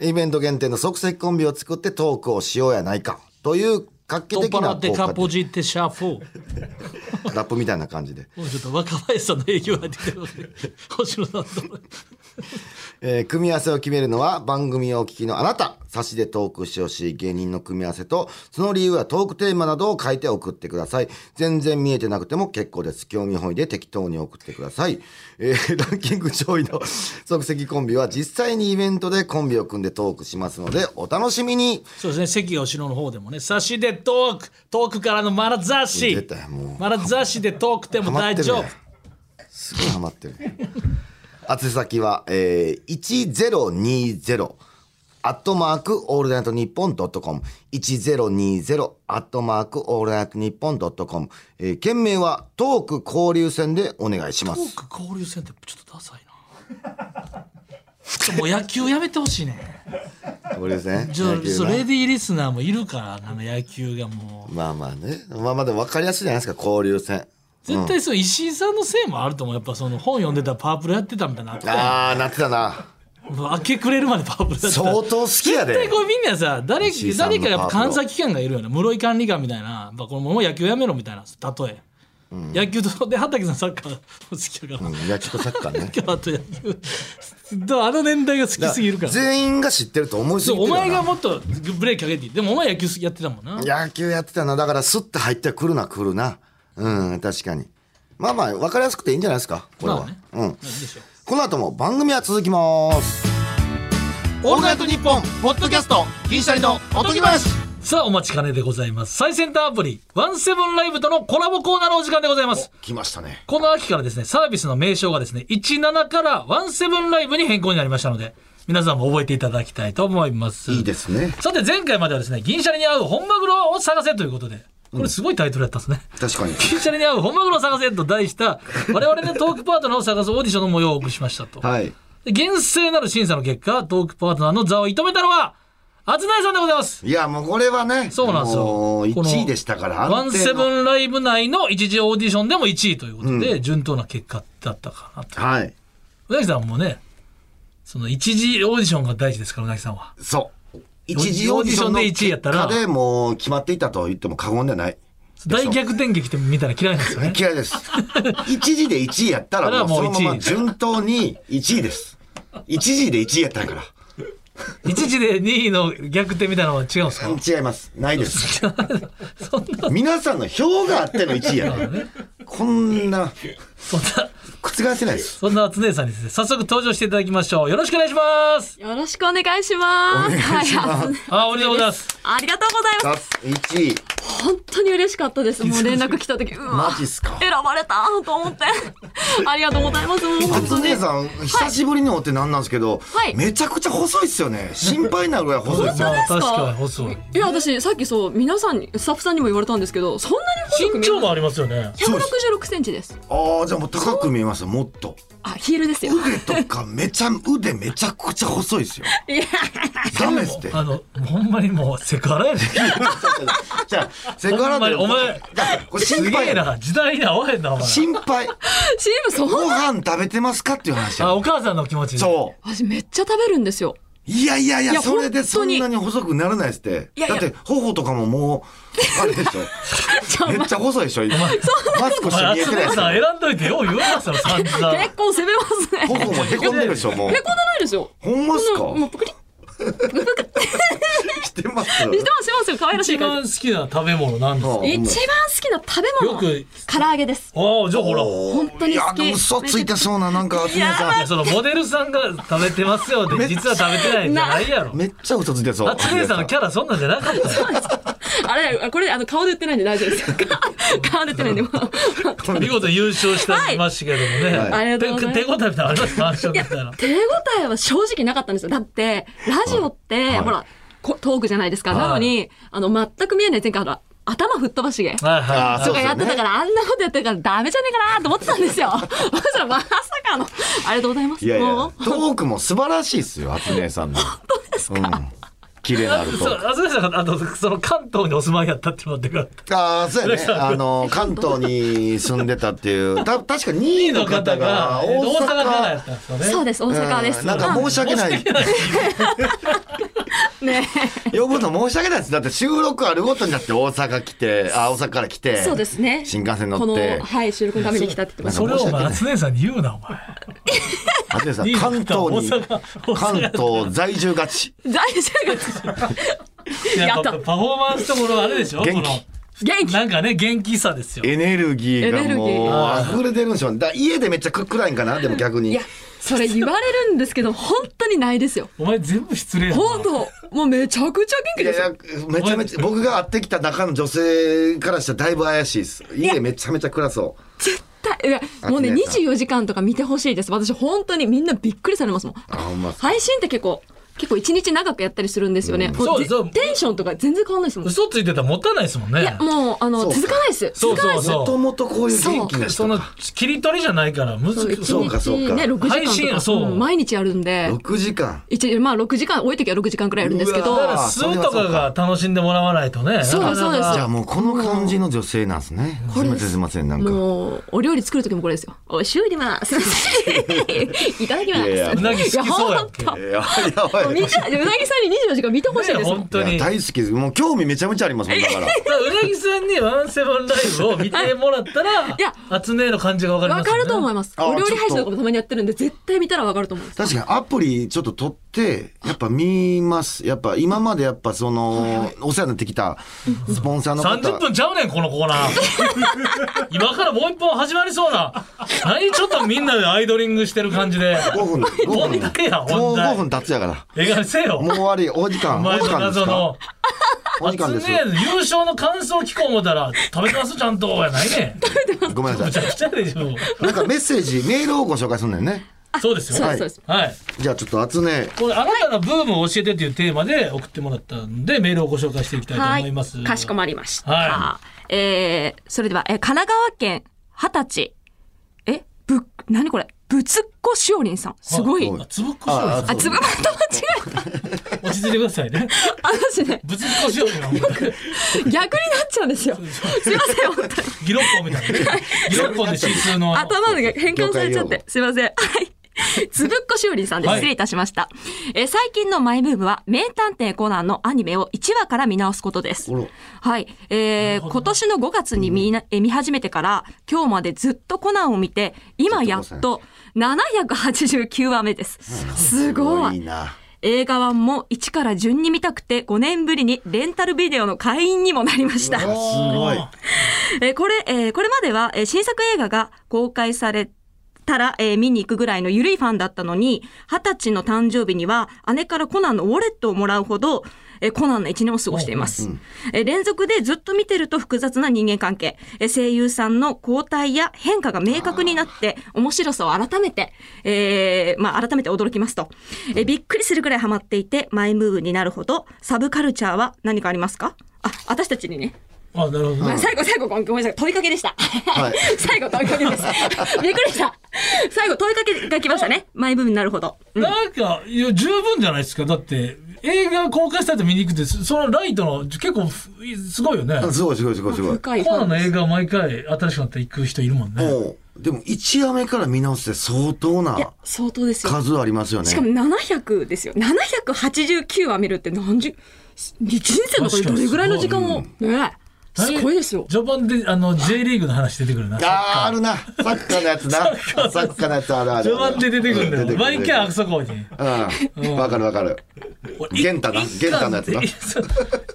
[SPEAKER 4] イベント限定の即席コンビを作ってトークをしようやないかという画期
[SPEAKER 3] トー
[SPEAKER 4] 的
[SPEAKER 3] パラ
[SPEAKER 4] な
[SPEAKER 3] って
[SPEAKER 4] 効
[SPEAKER 3] カ
[SPEAKER 4] 果
[SPEAKER 3] ポ
[SPEAKER 4] で
[SPEAKER 3] ジってシャッフォー。
[SPEAKER 4] ラップみたいな感じで、
[SPEAKER 3] もうちょっと若林さんの影響が出てるわけで。星野さんと。
[SPEAKER 4] えー組み合わせを決めるのは番組をお聞きのあなた差しでトークしてほしい芸人の組み合わせとその理由やトークテーマなどを書いて送ってください全然見えてなくても結構です興味本位で適当に送ってください、えー [LAUGHS] ランキング上位の [LAUGHS] 即席コンビは実際にイベントでコンビを組んでトークしますのでお楽しみに
[SPEAKER 3] そうですね、席が後ろの方でもね、差しでトーク、トークからのマラ雑誌
[SPEAKER 4] 出たよもう。
[SPEAKER 3] マラ雑誌でトークでも
[SPEAKER 4] ハマっ
[SPEAKER 3] 大
[SPEAKER 4] てる
[SPEAKER 3] 丈
[SPEAKER 4] や
[SPEAKER 3] 夫
[SPEAKER 4] ん。すごいハマってる宛先は、えー、1020アットマークオールナイトニッポンドットコム1020アットマークオールナイトニッポンドットコムえー件名はトーク交流戦でお願いしま
[SPEAKER 3] ト
[SPEAKER 4] す
[SPEAKER 3] ーク交流戦ってちょっとダサいな。ちょっともう野球やめてほしいね。
[SPEAKER 4] 交流戦
[SPEAKER 3] ちょ
[SPEAKER 4] 野球な
[SPEAKER 3] そうレディーリスナーもいるから、なんか野球がもう。
[SPEAKER 4] まあまあねまあまあでも分かりやすいじゃないですか交流戦
[SPEAKER 3] 絶対そう石井さんのせいもあると思うやっぱその本読んでたらパープルやってたみたいなのあったや
[SPEAKER 4] ああなってたなん
[SPEAKER 3] もう明け暮れるまでパープルやってた
[SPEAKER 4] 相当好きや
[SPEAKER 3] 絶
[SPEAKER 4] で
[SPEAKER 3] 対これみんなさ誰
[SPEAKER 4] 石井さんの
[SPEAKER 3] 誰かがやっ
[SPEAKER 4] パープル
[SPEAKER 3] ぱ監査機関がいるよね室井管理官みたいな、まあ、このもう野球やめろみたいな例え、野球とで畑さんサッカー好きやから、
[SPEAKER 4] うん野球とサッカーね
[SPEAKER 3] 今日 [LAUGHS] あと野球あの年代が好きすぎるから
[SPEAKER 4] 全員が知ってると思いすぎ
[SPEAKER 3] そう
[SPEAKER 4] てる
[SPEAKER 3] お
[SPEAKER 4] よな
[SPEAKER 3] 前がもっとブレーキかけていいでもお前野球好きやってたもんな
[SPEAKER 4] 野球やってたなだからスッて入ってくるな来るなうん確かにまあまあ分かりやすくていいんじゃないですかこれは、
[SPEAKER 3] まあね
[SPEAKER 4] うん
[SPEAKER 3] でしょ
[SPEAKER 4] この後も番組は続きます
[SPEAKER 1] オールナイトニッポンポッドキャスト銀シャリのおとぎ話
[SPEAKER 3] さあお待ちかねでございます最先端アプリワンセブンライブとのコラボコーナーのお時間でございます
[SPEAKER 4] 来ましたね
[SPEAKER 3] この秋からですね、サービスの名称がですね、17から17ライブに変更になりましたので、皆さんも覚えていただきたいと思います。
[SPEAKER 4] いいですね
[SPEAKER 3] さて前回まではですね、銀シャリに合う本マグロを探せということで、これすごいタイトルやったんですね。
[SPEAKER 4] 確かに
[SPEAKER 3] 銀シャリに合う本マグロを探せと題した、我々のトークパートナーを探すオーディションの模様をお送りしましたと。
[SPEAKER 4] はい
[SPEAKER 3] で厳正なる審査の結果、トークパートナーの座を射止めたのは、厚内さんでございます。
[SPEAKER 4] いやもうこれはね
[SPEAKER 3] そうなんですよ。
[SPEAKER 4] もう
[SPEAKER 3] この
[SPEAKER 4] 1位でしたから
[SPEAKER 3] ワ
[SPEAKER 4] 安
[SPEAKER 3] ン
[SPEAKER 4] 定
[SPEAKER 3] セ
[SPEAKER 4] の
[SPEAKER 3] ブンライブ内の一次オーディションでも1位ということで、順当な結果だったかなと。
[SPEAKER 4] はい
[SPEAKER 3] うなぎさんもね、その一次オーディションが大事ですから、うなぎさんは。
[SPEAKER 4] そう一次オーディションの
[SPEAKER 3] オーディションで1位やったら
[SPEAKER 4] 結果でもう決まっていたと言っても過言ではない
[SPEAKER 3] 大逆転劇ってみたいな嫌いなんですよ
[SPEAKER 4] [LAUGHS]
[SPEAKER 3] ね。
[SPEAKER 4] 嫌いです一時で1位やったらもうそのまま順当に1位です一時で1位やったんやから
[SPEAKER 3] 一次で2位の逆転みたいなのは違うんですか
[SPEAKER 4] 違います。ないです。
[SPEAKER 3] そんな、
[SPEAKER 4] 皆さんの票があっての1位やからこんな、
[SPEAKER 3] そんな、
[SPEAKER 4] 覆せないです。
[SPEAKER 3] そんな厚姉さんにですね、早速登場していただきましょう。よろしくお願いします。
[SPEAKER 2] よろしくお願いします。はい、
[SPEAKER 3] あ、おめでとうございます。
[SPEAKER 2] ありがとうございま
[SPEAKER 4] 1位。
[SPEAKER 2] す。本当に嬉しかったです。もう連絡来た時、うわ
[SPEAKER 4] マ、ジっすか。
[SPEAKER 2] 選ばれたと思 [LAUGHS] って。ありがとうございます。もう本当
[SPEAKER 4] 初
[SPEAKER 2] に。
[SPEAKER 4] 姉さん、久しぶりにおってなんなんですけど、
[SPEAKER 2] はい
[SPEAKER 4] めちゃくちゃ細いっすよね。心配になるぐらい細いっすよね。
[SPEAKER 3] まあ、確かに [LAUGHS] 細い。
[SPEAKER 2] いや、私、さっきそう、皆さんに、スタッフさんにも言われたんですけど、そんなに細く
[SPEAKER 3] 身
[SPEAKER 2] 見え
[SPEAKER 3] 長
[SPEAKER 2] ま
[SPEAKER 3] もありますよね。
[SPEAKER 2] 166センチです。
[SPEAKER 4] ああ、ちゃんも高く見えますよもっと
[SPEAKER 2] あ、ヒールですよ。
[SPEAKER 4] 腕とかめちゃ腕めちゃくちゃ細いですよ
[SPEAKER 2] いや、
[SPEAKER 4] ダメですって
[SPEAKER 3] あのほんまにもうセクハラやで
[SPEAKER 4] じゃあセクハラで
[SPEAKER 3] ほんまにお前
[SPEAKER 4] だからこれ
[SPEAKER 3] す
[SPEAKER 4] 心
[SPEAKER 3] げえ
[SPEAKER 4] 配
[SPEAKER 3] な時代に合わへんなお前
[SPEAKER 4] 心配
[SPEAKER 2] CM そ
[SPEAKER 4] ご
[SPEAKER 2] んな、
[SPEAKER 4] 飯食べてますかっていう話
[SPEAKER 3] あ
[SPEAKER 4] や
[SPEAKER 3] お母さんの気持ち
[SPEAKER 4] そう
[SPEAKER 2] 私めっちゃ食べるんですよ。
[SPEAKER 4] いやいやい
[SPEAKER 2] い
[SPEAKER 4] や、
[SPEAKER 2] や
[SPEAKER 4] それでそ
[SPEAKER 2] 本当
[SPEAKER 4] ん
[SPEAKER 2] に
[SPEAKER 4] なに細くならないですって。
[SPEAKER 2] いやい
[SPEAKER 4] だっ
[SPEAKER 2] や
[SPEAKER 4] て、頬とかももう、あれ
[SPEAKER 2] [LAUGHS]
[SPEAKER 4] でしょ。めっちゃ細いでしょ、今。マスクして見えてない
[SPEAKER 3] 松本
[SPEAKER 4] です
[SPEAKER 3] さん
[SPEAKER 4] よ。
[SPEAKER 3] 選んどいてよう言うな
[SPEAKER 4] [LAUGHS]
[SPEAKER 3] その散々
[SPEAKER 2] 結構攻めますね。へこん
[SPEAKER 4] 頬もへこんでるでしょ、もう
[SPEAKER 2] で。ないですよ。
[SPEAKER 4] ほんまっす
[SPEAKER 2] こんなもう
[SPEAKER 4] か
[SPEAKER 2] ぷくり。
[SPEAKER 4] してますよ
[SPEAKER 2] してます、してますよ。可愛らし
[SPEAKER 3] 一
[SPEAKER 2] い感
[SPEAKER 3] 番好きな食べ物なんですか
[SPEAKER 4] あ
[SPEAKER 2] じ。一番好きな食べ
[SPEAKER 3] よ
[SPEAKER 2] 物は
[SPEAKER 3] く
[SPEAKER 2] 唐揚げです。
[SPEAKER 3] ああじゃあほらい
[SPEAKER 2] 本当に好き
[SPEAKER 4] いや、でも嘘ついてそうな、なんか、厚みさ
[SPEAKER 3] やそのモデルさんが食べてますよって実は食べてないんじゃないやろ
[SPEAKER 4] ん。めっちゃ嘘ついてそう。
[SPEAKER 3] 松井さんのキャラそんなんじゃなかったよ
[SPEAKER 2] [LAUGHS] あれ、あこれ、あの、顔で言ってないんで大丈
[SPEAKER 4] [LAUGHS]
[SPEAKER 2] 夫ですよ。顔で言ってないんで、もう。
[SPEAKER 3] 見事優勝したましたけどもね、
[SPEAKER 4] はい
[SPEAKER 2] ありがとうございます
[SPEAKER 3] 手手応えみたいなのありま
[SPEAKER 4] [LAUGHS]
[SPEAKER 3] す感触みたいな
[SPEAKER 2] 手応えは正直なかったんですよ。だって、ラジオって、
[SPEAKER 4] はい
[SPEAKER 2] ほら、こトークじゃないですか。
[SPEAKER 3] はい
[SPEAKER 2] なのに、あの、全く見えない前回、ほら、頭吹っ飛ばしげ。
[SPEAKER 3] はいはい
[SPEAKER 4] あーそ
[SPEAKER 2] と
[SPEAKER 4] う
[SPEAKER 2] かやってたから、あんなことやってるからダメじゃねえかなと思ってたんですよ。 [LAUGHS] そしたらまさかの、ありがとうございます。
[SPEAKER 4] いやいや、
[SPEAKER 2] も
[SPEAKER 4] トークも素晴らしいですよ、厚みさんの。本当ですか綺麗なる
[SPEAKER 3] そう
[SPEAKER 4] と。
[SPEAKER 3] 松井さんがあとその関東にお住まいやったっていうのがでかかった
[SPEAKER 4] ああ、そうやね。あの、関東に住んでたっていう、た、確か2位の方が、
[SPEAKER 3] えー大阪からや
[SPEAKER 4] 大
[SPEAKER 3] ったんですか
[SPEAKER 2] う
[SPEAKER 3] ね
[SPEAKER 2] そうです、大阪で
[SPEAKER 4] う
[SPEAKER 2] す。
[SPEAKER 4] んなんか申し訳ない。
[SPEAKER 2] あね
[SPEAKER 4] 呼ぶの申し訳ないです。だって収録あるごとになって大阪来て、あ、大阪から来て。
[SPEAKER 2] そうですね。
[SPEAKER 4] 新幹線乗
[SPEAKER 2] こ
[SPEAKER 4] っ
[SPEAKER 2] の
[SPEAKER 4] て、。
[SPEAKER 2] はい、収録のために来たって言ってまし
[SPEAKER 3] それをお前初音さんに言うなお前
[SPEAKER 4] あてさん、
[SPEAKER 3] いい
[SPEAKER 4] 関
[SPEAKER 3] ね
[SPEAKER 4] 東に
[SPEAKER 3] 大阪大、
[SPEAKER 4] 関
[SPEAKER 3] 阪
[SPEAKER 4] 東在住勝ち。
[SPEAKER 2] [LAUGHS] た。大丈夫
[SPEAKER 4] [LAUGHS]
[SPEAKER 3] いや
[SPEAKER 2] やった
[SPEAKER 3] ぱパフォーマンスところあれでしょ
[SPEAKER 4] 元気
[SPEAKER 3] この
[SPEAKER 2] 元気
[SPEAKER 3] なんかね元気さですよ
[SPEAKER 4] エネルギーが
[SPEAKER 2] エネルギ
[SPEAKER 4] も
[SPEAKER 3] ー
[SPEAKER 4] う溢れてるんでしょうね。だから家でめっちゃく暗いんかな、でも逆
[SPEAKER 2] い
[SPEAKER 4] に
[SPEAKER 2] や。、それ言われるんですけど、本当にないですよ。
[SPEAKER 3] お前全部失礼やな
[SPEAKER 2] 本当、もうめちゃくちゃ元気
[SPEAKER 4] いや
[SPEAKER 2] で
[SPEAKER 4] い
[SPEAKER 2] すよ
[SPEAKER 4] や。めちゃめちゃ僕が会ってきた中の女性からしたらだいぶ怪しいです家めちゃめちゃ暗そう
[SPEAKER 2] 絶対、いや、もうね、
[SPEAKER 4] あきれいさん
[SPEAKER 2] 24時間とか見てほしいです。私、本当にみんなびっくりされますもん。
[SPEAKER 4] あほんまっすか
[SPEAKER 2] 配信って結構、結構一日長くやったりするんですよね。も
[SPEAKER 3] そう
[SPEAKER 2] ぜ
[SPEAKER 3] そう
[SPEAKER 2] テンションとか全然変わんないですもん。い
[SPEAKER 3] 嘘ついてたらもったいないですもんね
[SPEAKER 2] や、もう、あの、
[SPEAKER 4] そうか
[SPEAKER 2] 続かないです。
[SPEAKER 3] そう
[SPEAKER 2] 続かな
[SPEAKER 3] そ
[SPEAKER 2] いで
[SPEAKER 3] う
[SPEAKER 2] す。
[SPEAKER 4] もと
[SPEAKER 3] そ
[SPEAKER 4] もとこういう元気な
[SPEAKER 3] う
[SPEAKER 4] 人
[SPEAKER 3] その切り取りじゃないから難し
[SPEAKER 4] そうかそうか
[SPEAKER 2] 一日ね、6
[SPEAKER 3] 配
[SPEAKER 2] 時
[SPEAKER 3] 信
[SPEAKER 2] 間とか
[SPEAKER 3] そう
[SPEAKER 2] うん毎日やるんで、
[SPEAKER 4] 6時間
[SPEAKER 2] 一日、まあ6時間、多い時は6時間くらいやるんですけ
[SPEAKER 4] う
[SPEAKER 3] だ
[SPEAKER 2] ど、
[SPEAKER 3] から
[SPEAKER 4] わ
[SPEAKER 3] 数とかが楽しんでもらわないとね
[SPEAKER 2] そうです
[SPEAKER 3] なかなか
[SPEAKER 4] じゃあもうこの感じの女性なんですねす
[SPEAKER 2] こ
[SPEAKER 4] みま
[SPEAKER 2] れで
[SPEAKER 4] せん
[SPEAKER 2] す
[SPEAKER 4] すみませんなんか
[SPEAKER 2] もう、お料理作る時もこれですよ。おい、修理ます [LAUGHS] いただきます。
[SPEAKER 4] いやいや
[SPEAKER 3] うなぎ好きそうやん
[SPEAKER 2] い
[SPEAKER 3] け
[SPEAKER 2] やほんと
[SPEAKER 4] いややばい
[SPEAKER 2] 見た、うなぎさんに24時間見てほしい
[SPEAKER 3] ね
[SPEAKER 2] ですもん。
[SPEAKER 3] 本当
[SPEAKER 4] いや
[SPEAKER 3] に
[SPEAKER 4] 大好きですもう興味めちゃめちゃありますもんだ
[SPEAKER 3] [LAUGHS]
[SPEAKER 4] から
[SPEAKER 3] だからうなぎさんにワンセブンライブを見てもらったら
[SPEAKER 2] いや
[SPEAKER 3] 初音の感じがわかり
[SPEAKER 2] わ
[SPEAKER 3] ますよ
[SPEAKER 2] か
[SPEAKER 3] ね
[SPEAKER 2] ると思います。
[SPEAKER 4] あ
[SPEAKER 2] お料
[SPEAKER 4] ちょ
[SPEAKER 2] 理
[SPEAKER 4] っと
[SPEAKER 2] 配信とかもたまにやってるんで、絶対見たらわかると思うんです。
[SPEAKER 4] 確かにアプリちょっと取ってやっぱ見ますやっぱ今までやっぱそのお世話になってきたスポンサーの
[SPEAKER 3] 30
[SPEAKER 4] 方
[SPEAKER 3] 分ちゃうねんこのコーナー [LAUGHS] 今からもう一本始まりそうな何ちょっとみんなでアイドリングしてる感じで
[SPEAKER 4] 5分
[SPEAKER 3] 問
[SPEAKER 4] 5
[SPEAKER 3] 題や
[SPEAKER 4] 分も
[SPEAKER 3] 問
[SPEAKER 4] う
[SPEAKER 3] 題
[SPEAKER 4] 5分経つやから
[SPEAKER 3] えがせ
[SPEAKER 4] も
[SPEAKER 3] よ
[SPEAKER 4] う終わりお時
[SPEAKER 3] お
[SPEAKER 4] 間お
[SPEAKER 3] 前
[SPEAKER 4] 時
[SPEAKER 3] の
[SPEAKER 4] 間です
[SPEAKER 3] 謎
[SPEAKER 4] か
[SPEAKER 3] の
[SPEAKER 4] お時
[SPEAKER 3] 初
[SPEAKER 4] 間
[SPEAKER 3] 音優
[SPEAKER 4] ですよ
[SPEAKER 3] 勝の感想聞こう思ったら食べてますちゃんとやない
[SPEAKER 2] [LAUGHS]
[SPEAKER 3] ね
[SPEAKER 4] ごめんな
[SPEAKER 3] むち
[SPEAKER 4] さ
[SPEAKER 3] ゃくちゃでしょ
[SPEAKER 4] い。なんかメッセージ、メールをご紹介するんだよね。
[SPEAKER 3] そうです
[SPEAKER 2] そ
[SPEAKER 3] よ
[SPEAKER 2] う
[SPEAKER 4] はい
[SPEAKER 2] です、そうです。
[SPEAKER 3] はい
[SPEAKER 4] じゃあちょっと厚ね。
[SPEAKER 3] これあなたのブームを教えてっていうテーマで送ってもらったんでメールをご紹介していきたいと
[SPEAKER 2] は
[SPEAKER 3] 思い
[SPEAKER 2] い
[SPEAKER 3] ます、。
[SPEAKER 2] かしこまりました。
[SPEAKER 3] は
[SPEAKER 2] えー、それでは、えー神奈川県二十歳。え、ぶ、何これぶつっこしおりんさん。すごい。
[SPEAKER 3] あつぶっこしようよ
[SPEAKER 2] あ、つぶまと [LAUGHS] 間違えた。
[SPEAKER 3] 落ち着いてください
[SPEAKER 2] [LAUGHS]
[SPEAKER 3] ね
[SPEAKER 2] 私ね、
[SPEAKER 3] ぶつっこしようよ
[SPEAKER 2] 逆になっちゃうんですよ。すいません、本当に。
[SPEAKER 3] ギロッポンみたいなね。ギロッポンで指数の。あの
[SPEAKER 2] 頭が変換されちゃっ
[SPEAKER 4] 業界用語
[SPEAKER 2] て。すいません。はい。つぶっこしおりんさんで
[SPEAKER 3] は
[SPEAKER 2] す。
[SPEAKER 3] い
[SPEAKER 2] 失礼いたしました。えー最近のマイブームは、名探偵コナンのアニメを1話から見直すことです
[SPEAKER 4] おら。
[SPEAKER 2] はい。えー今年の5月に見な、えー見始めてから、今日までずっとコナンを見て、今やっと789話目です。すごい。
[SPEAKER 4] な。
[SPEAKER 2] 映画版も1から順に見たくて、5年ぶりにレンタルビデオの会員にもなりました。
[SPEAKER 4] すごい。
[SPEAKER 2] えーこれ、えーこれまでは、えー新作映画が公開されたら、えー見に行くぐらいの緩いファンだったのに、二十歳の誕生日には姉からコナンのウォレットをもらうほど、えーコナンの一年を過ごしています。えー連続でずっと見てると複雑な人間関係、えー声優さんの交代や変化が明確になって、面白さを改めて、えーまあ改めて驚きますと、えーびっくりするぐらいハマっていて、マイムーブになるほど、サブカルチャーは何かありますかあ、私たちにね。
[SPEAKER 3] あ、なるほどね。
[SPEAKER 2] 最後、最後、ごめんなさい。問いかけでした。
[SPEAKER 4] い
[SPEAKER 2] [LAUGHS] 最後、問いかけです。びっくりした。最後、問いかけが来ましたね。マイブームになるほど。うん
[SPEAKER 3] なんか、いや、十分じゃないですか。だって、映画公開されて見に行くって、そそのライトの、結構、ふすごいよね。
[SPEAKER 4] すごいすごいすごいすごい。
[SPEAKER 2] 深い。
[SPEAKER 3] コナンの映画毎回新しくなって行く人いるもんね。
[SPEAKER 4] もう、でも一夜目から見直して相当
[SPEAKER 2] いや
[SPEAKER 4] な、
[SPEAKER 2] 相当ですよ。
[SPEAKER 4] 数ありますよね。
[SPEAKER 2] しかも700ですよ。789話見るって何十、人生の中でどれぐらいの時間を、ねえすごいですよ。
[SPEAKER 3] 序盤で、あの、J リーグの話出てくるな。
[SPEAKER 4] あーあるな。サッカーのやつな。サッカーのやつあるある。
[SPEAKER 3] 序盤で出てくるんだ
[SPEAKER 4] う
[SPEAKER 3] よ。毎回あ
[SPEAKER 4] 出て
[SPEAKER 3] そこ置いてん。
[SPEAKER 4] くるうん。わかるわかる。玄太な。玄太のやつな。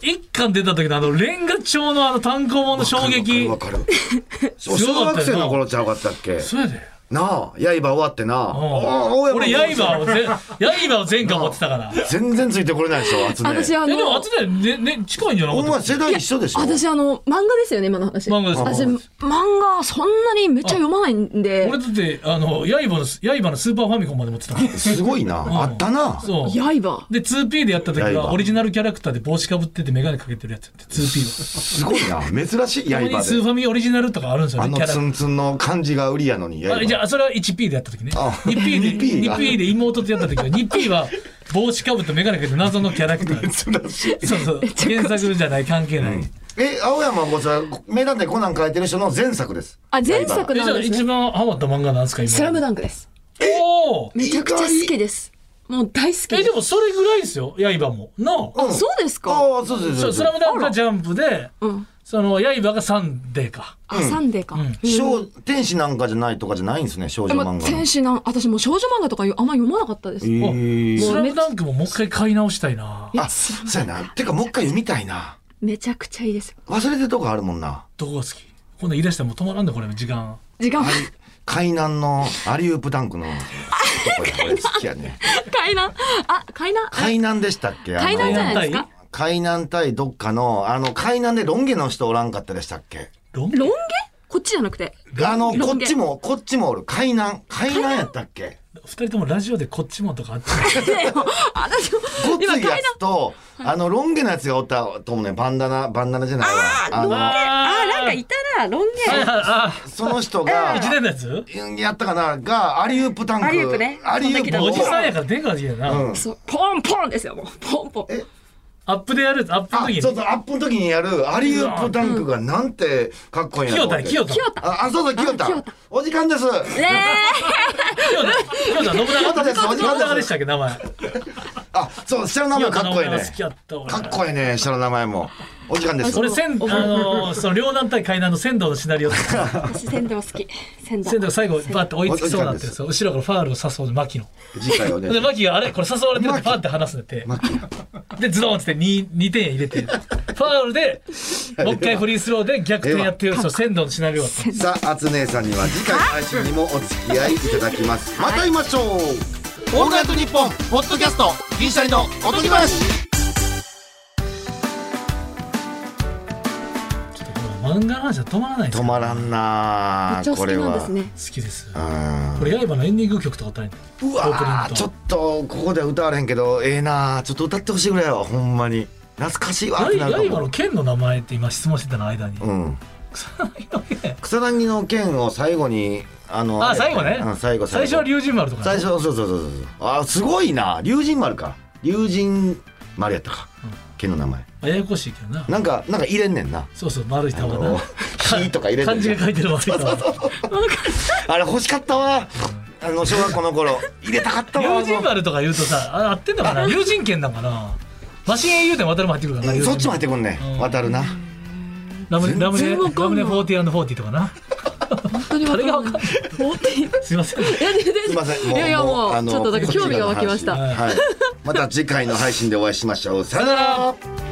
[SPEAKER 3] 一巻出た時のあの、レンガ調のあの単行本の衝撃
[SPEAKER 4] わ。かるわかる。そう
[SPEAKER 3] すご
[SPEAKER 4] 小
[SPEAKER 3] かった
[SPEAKER 4] 学
[SPEAKER 3] よな
[SPEAKER 4] 生の頃ちゃうかったっけ
[SPEAKER 3] そうやで。
[SPEAKER 4] なあ、刃終わってな。あー青山
[SPEAKER 3] 俺、刃をぜ、刃を全巻持ってたから。
[SPEAKER 4] 全然ついてこれないでしょ、厚
[SPEAKER 2] 私、
[SPEAKER 4] 根。
[SPEAKER 2] あ
[SPEAKER 3] え、でも、
[SPEAKER 2] の
[SPEAKER 3] あ、とで、ね、ね、近いんじゃな
[SPEAKER 4] お
[SPEAKER 3] かっ
[SPEAKER 4] 前
[SPEAKER 3] た
[SPEAKER 4] 世代一緒でしょ
[SPEAKER 2] 私、あの、漫画ですよね、今の話。
[SPEAKER 3] 漫画です
[SPEAKER 2] 私、漫画、そんなにめっちゃ読まないんで
[SPEAKER 3] 俺、だって、あの、刃の、刃のスーパーファミコンまで持ってたもん
[SPEAKER 4] [LAUGHS] すごいな。あったな。
[SPEAKER 3] そう。
[SPEAKER 2] 刃。
[SPEAKER 3] で、2P でやった時は、
[SPEAKER 4] 刃
[SPEAKER 3] オリジナルキャラクターで帽子かぶっててメガネかけてるやつやって、2P
[SPEAKER 4] すごいな。珍しい
[SPEAKER 3] は。
[SPEAKER 4] 刃
[SPEAKER 3] ここにスー
[SPEAKER 4] で。
[SPEAKER 3] ファミオリジナルとかあるんですよ
[SPEAKER 4] あ
[SPEAKER 3] ね、
[SPEAKER 4] の
[SPEAKER 3] キャラ
[SPEAKER 4] ツンツンの感じが売りやのに、刃
[SPEAKER 3] あじゃあそれは 1P でやった時ね
[SPEAKER 4] あ
[SPEAKER 3] 2P で
[SPEAKER 4] 2P が
[SPEAKER 3] 2P で妹とやった時は 2P は帽子かぶって眼鏡かけて謎のキャラ
[SPEAKER 4] [LAUGHS]
[SPEAKER 3] クター
[SPEAKER 4] 珍しい。
[SPEAKER 3] そうそう原作じゃない関係ない、え
[SPEAKER 4] え、青山剛さん、名探偵コナン書いてる人の前作です。
[SPEAKER 2] あ、前作
[SPEAKER 3] じゃ
[SPEAKER 2] なん
[SPEAKER 3] あ
[SPEAKER 2] です
[SPEAKER 3] 一
[SPEAKER 2] ね。
[SPEAKER 3] 番ハマった漫画なんですか今
[SPEAKER 2] スラムダンクです。
[SPEAKER 3] おお
[SPEAKER 2] めちゃくちゃ好きです。もう大好き
[SPEAKER 3] え
[SPEAKER 2] で。
[SPEAKER 3] ですもそれぐらいですよ刃もの
[SPEAKER 4] あ
[SPEAKER 2] そうですか
[SPEAKER 4] ああ、そうそう
[SPEAKER 3] そ
[SPEAKER 4] そうう
[SPEAKER 3] ス
[SPEAKER 4] そう
[SPEAKER 3] ラ。ムダンクがジャンプで
[SPEAKER 2] うん。
[SPEAKER 3] その刃がサンデーか
[SPEAKER 2] あ、サンデーか。うん
[SPEAKER 4] 少天使なんかじゃないとかじゃないんですね、少
[SPEAKER 2] で
[SPEAKER 4] 女漫画
[SPEAKER 2] も、
[SPEAKER 4] の。
[SPEAKER 2] 天使なん、私もう少女漫画とかあんま読まなかったです。
[SPEAKER 4] えー
[SPEAKER 3] スラムダンクももう一回買い直したいな
[SPEAKER 4] あ、そうやな。てか、もう一回読みたいな。
[SPEAKER 2] めちゃくちゃいいです。
[SPEAKER 4] 忘れてるとこあるもんな。
[SPEAKER 3] どこが好きこんなん言い出したらもう止まらんでこれ時間
[SPEAKER 2] 時間、
[SPEAKER 4] 海南のアリウープダンクの。とこや俺好きやね。
[SPEAKER 2] 海南。あ、海南。
[SPEAKER 4] 海南でしたっけあの
[SPEAKER 2] 海南じゃないです
[SPEAKER 3] 海南
[SPEAKER 2] か。
[SPEAKER 4] 海南対どっかの、あの、海南でロン毛の人おらんかったでしたっけ
[SPEAKER 3] ロン
[SPEAKER 2] ロン毛こっちじゃなくて。
[SPEAKER 4] あの、
[SPEAKER 2] ロ
[SPEAKER 4] こ
[SPEAKER 2] ン
[SPEAKER 4] っ
[SPEAKER 2] 毛
[SPEAKER 4] ちも、こっちもおる。海南。海南やったっけ
[SPEAKER 3] 二人ともラジオでこっちもとかあっち
[SPEAKER 2] 私
[SPEAKER 4] ご
[SPEAKER 2] も
[SPEAKER 4] つ
[SPEAKER 2] 今
[SPEAKER 4] いや
[SPEAKER 2] 海
[SPEAKER 4] つと、あの、ロン毛のやつがおったと思うね。バンダナ、バンダナじゃないわ。あ
[SPEAKER 3] あ
[SPEAKER 2] あ、なんかいたな、ロン毛。
[SPEAKER 3] はいはいあ
[SPEAKER 4] の、その人が、
[SPEAKER 3] 一年のやつ
[SPEAKER 4] やったかなが、アリウープタンク。
[SPEAKER 2] アリウープね
[SPEAKER 4] アリウープを
[SPEAKER 3] おじさんやから出川じやな、
[SPEAKER 4] うん
[SPEAKER 2] そう、ポンポンですよ、もう。ポンポン。
[SPEAKER 3] アップでやるやつアップ
[SPEAKER 4] あ
[SPEAKER 3] の時に
[SPEAKER 4] そうそう、アップの時にやるアリウープタンクがなんてかっこいいんや
[SPEAKER 3] 清
[SPEAKER 4] と思っ
[SPEAKER 3] 田
[SPEAKER 4] て
[SPEAKER 3] 清田
[SPEAKER 2] 清
[SPEAKER 3] 清
[SPEAKER 2] 田。
[SPEAKER 4] あ、あそうそう、清
[SPEAKER 2] あ清
[SPEAKER 4] 田
[SPEAKER 2] 田。
[SPEAKER 4] お時間です。
[SPEAKER 2] え
[SPEAKER 3] 田清田信
[SPEAKER 4] [LAUGHS] 清田です信長で
[SPEAKER 3] 長
[SPEAKER 4] す
[SPEAKER 3] 信長でしたっけ名前清
[SPEAKER 4] あ、そう、下の名前
[SPEAKER 3] 田
[SPEAKER 4] かっこいい
[SPEAKER 3] 信
[SPEAKER 4] ね
[SPEAKER 3] 長好。きやった俺
[SPEAKER 4] かっこいいね、下の名前も。お時間です。
[SPEAKER 3] 俺仙あのーその両南対海南の仙道のシナリオ仙道
[SPEAKER 2] ー、私、仙道好き。仙道。
[SPEAKER 3] が最後バーって追いつきそうになって
[SPEAKER 4] [LAUGHS]
[SPEAKER 3] るんですよ後ろからファールを誘う牧野
[SPEAKER 4] 次回お願い
[SPEAKER 3] で
[SPEAKER 4] しま
[SPEAKER 3] 牧があれこれ誘われてるってパーって話すんだってでズドンっつって 2, 2点入れてファールでもう一回フリースローで逆転やってるその仙道のシナリオだった
[SPEAKER 4] す。さあ、つねえさんには次回来週にもお付き合いいただきます。また会いましょう。
[SPEAKER 1] オールナイトニッポンポッドキャスト銀シャリのおとぎ話
[SPEAKER 3] ちょっとこの漫画の話は止まらないです
[SPEAKER 4] 止
[SPEAKER 3] 好
[SPEAKER 4] まらん
[SPEAKER 2] め
[SPEAKER 4] な
[SPEAKER 2] っちゃ
[SPEAKER 4] あ
[SPEAKER 2] お
[SPEAKER 4] こ
[SPEAKER 2] 好き
[SPEAKER 4] れ
[SPEAKER 2] なんで
[SPEAKER 4] は
[SPEAKER 2] す。ね。
[SPEAKER 3] きです
[SPEAKER 4] うん
[SPEAKER 3] これ刃のエンディング曲とか歌えないうオープニン
[SPEAKER 4] わ
[SPEAKER 3] グ
[SPEAKER 4] ー
[SPEAKER 3] と
[SPEAKER 4] ちょっとここでは歌われへんけどええなあちょっと歌ってほしいぐらいはほんまに懐かしいわってな
[SPEAKER 3] 刃
[SPEAKER 4] るか
[SPEAKER 3] の
[SPEAKER 4] も
[SPEAKER 3] 剣の名前って今質問してたの間に、
[SPEAKER 4] うん
[SPEAKER 3] の剣
[SPEAKER 4] 草薙の剣を最後にあの
[SPEAKER 3] [LAUGHS] あ
[SPEAKER 4] れ
[SPEAKER 3] 最後ね
[SPEAKER 4] うん最後
[SPEAKER 3] 最初は龍神丸とか
[SPEAKER 4] 最初そうそうそうそうそうあすごいな龍神丸か龍神丸やったか、剣の名前
[SPEAKER 3] ややこしいけどな
[SPEAKER 4] なんかなんか入れんねんな
[SPEAKER 3] そうそう丸い
[SPEAKER 4] あ
[SPEAKER 3] 玉な
[SPEAKER 4] の [LAUGHS] 火とか入れんね
[SPEAKER 3] 漢
[SPEAKER 4] ん
[SPEAKER 3] 字が書いてる丸い玉
[SPEAKER 4] あれ欲しかったわあの小学校の頃入れたかったわ
[SPEAKER 3] 龍神丸とか言うとさあ合ってんのかな龍神剣なんかなマシン英雄伝渡るも入ってくるから
[SPEAKER 4] うん
[SPEAKER 3] な
[SPEAKER 4] そっちも入ってくんね、
[SPEAKER 3] うん
[SPEAKER 4] 渡るな
[SPEAKER 3] ラムネラムネ
[SPEAKER 2] 全然わ
[SPEAKER 3] ラ
[SPEAKER 2] か
[SPEAKER 3] ム
[SPEAKER 2] んな
[SPEAKER 3] ネ
[SPEAKER 2] い
[SPEAKER 3] 40&40とかな
[SPEAKER 2] 本当にわ
[SPEAKER 3] 誰がわ
[SPEAKER 2] か
[SPEAKER 3] か
[SPEAKER 2] ん
[SPEAKER 3] ん
[SPEAKER 4] [LAUGHS]
[SPEAKER 3] な
[SPEAKER 2] な。
[SPEAKER 3] い
[SPEAKER 2] もうってい
[SPEAKER 3] すいません
[SPEAKER 2] や全然
[SPEAKER 4] すいません。
[SPEAKER 2] いやいやも
[SPEAKER 4] あ
[SPEAKER 2] う、
[SPEAKER 4] の
[SPEAKER 2] ちょっとだから興味が湧きました。
[SPEAKER 4] はい。また次回の配信でお会いしましょう。さよなら。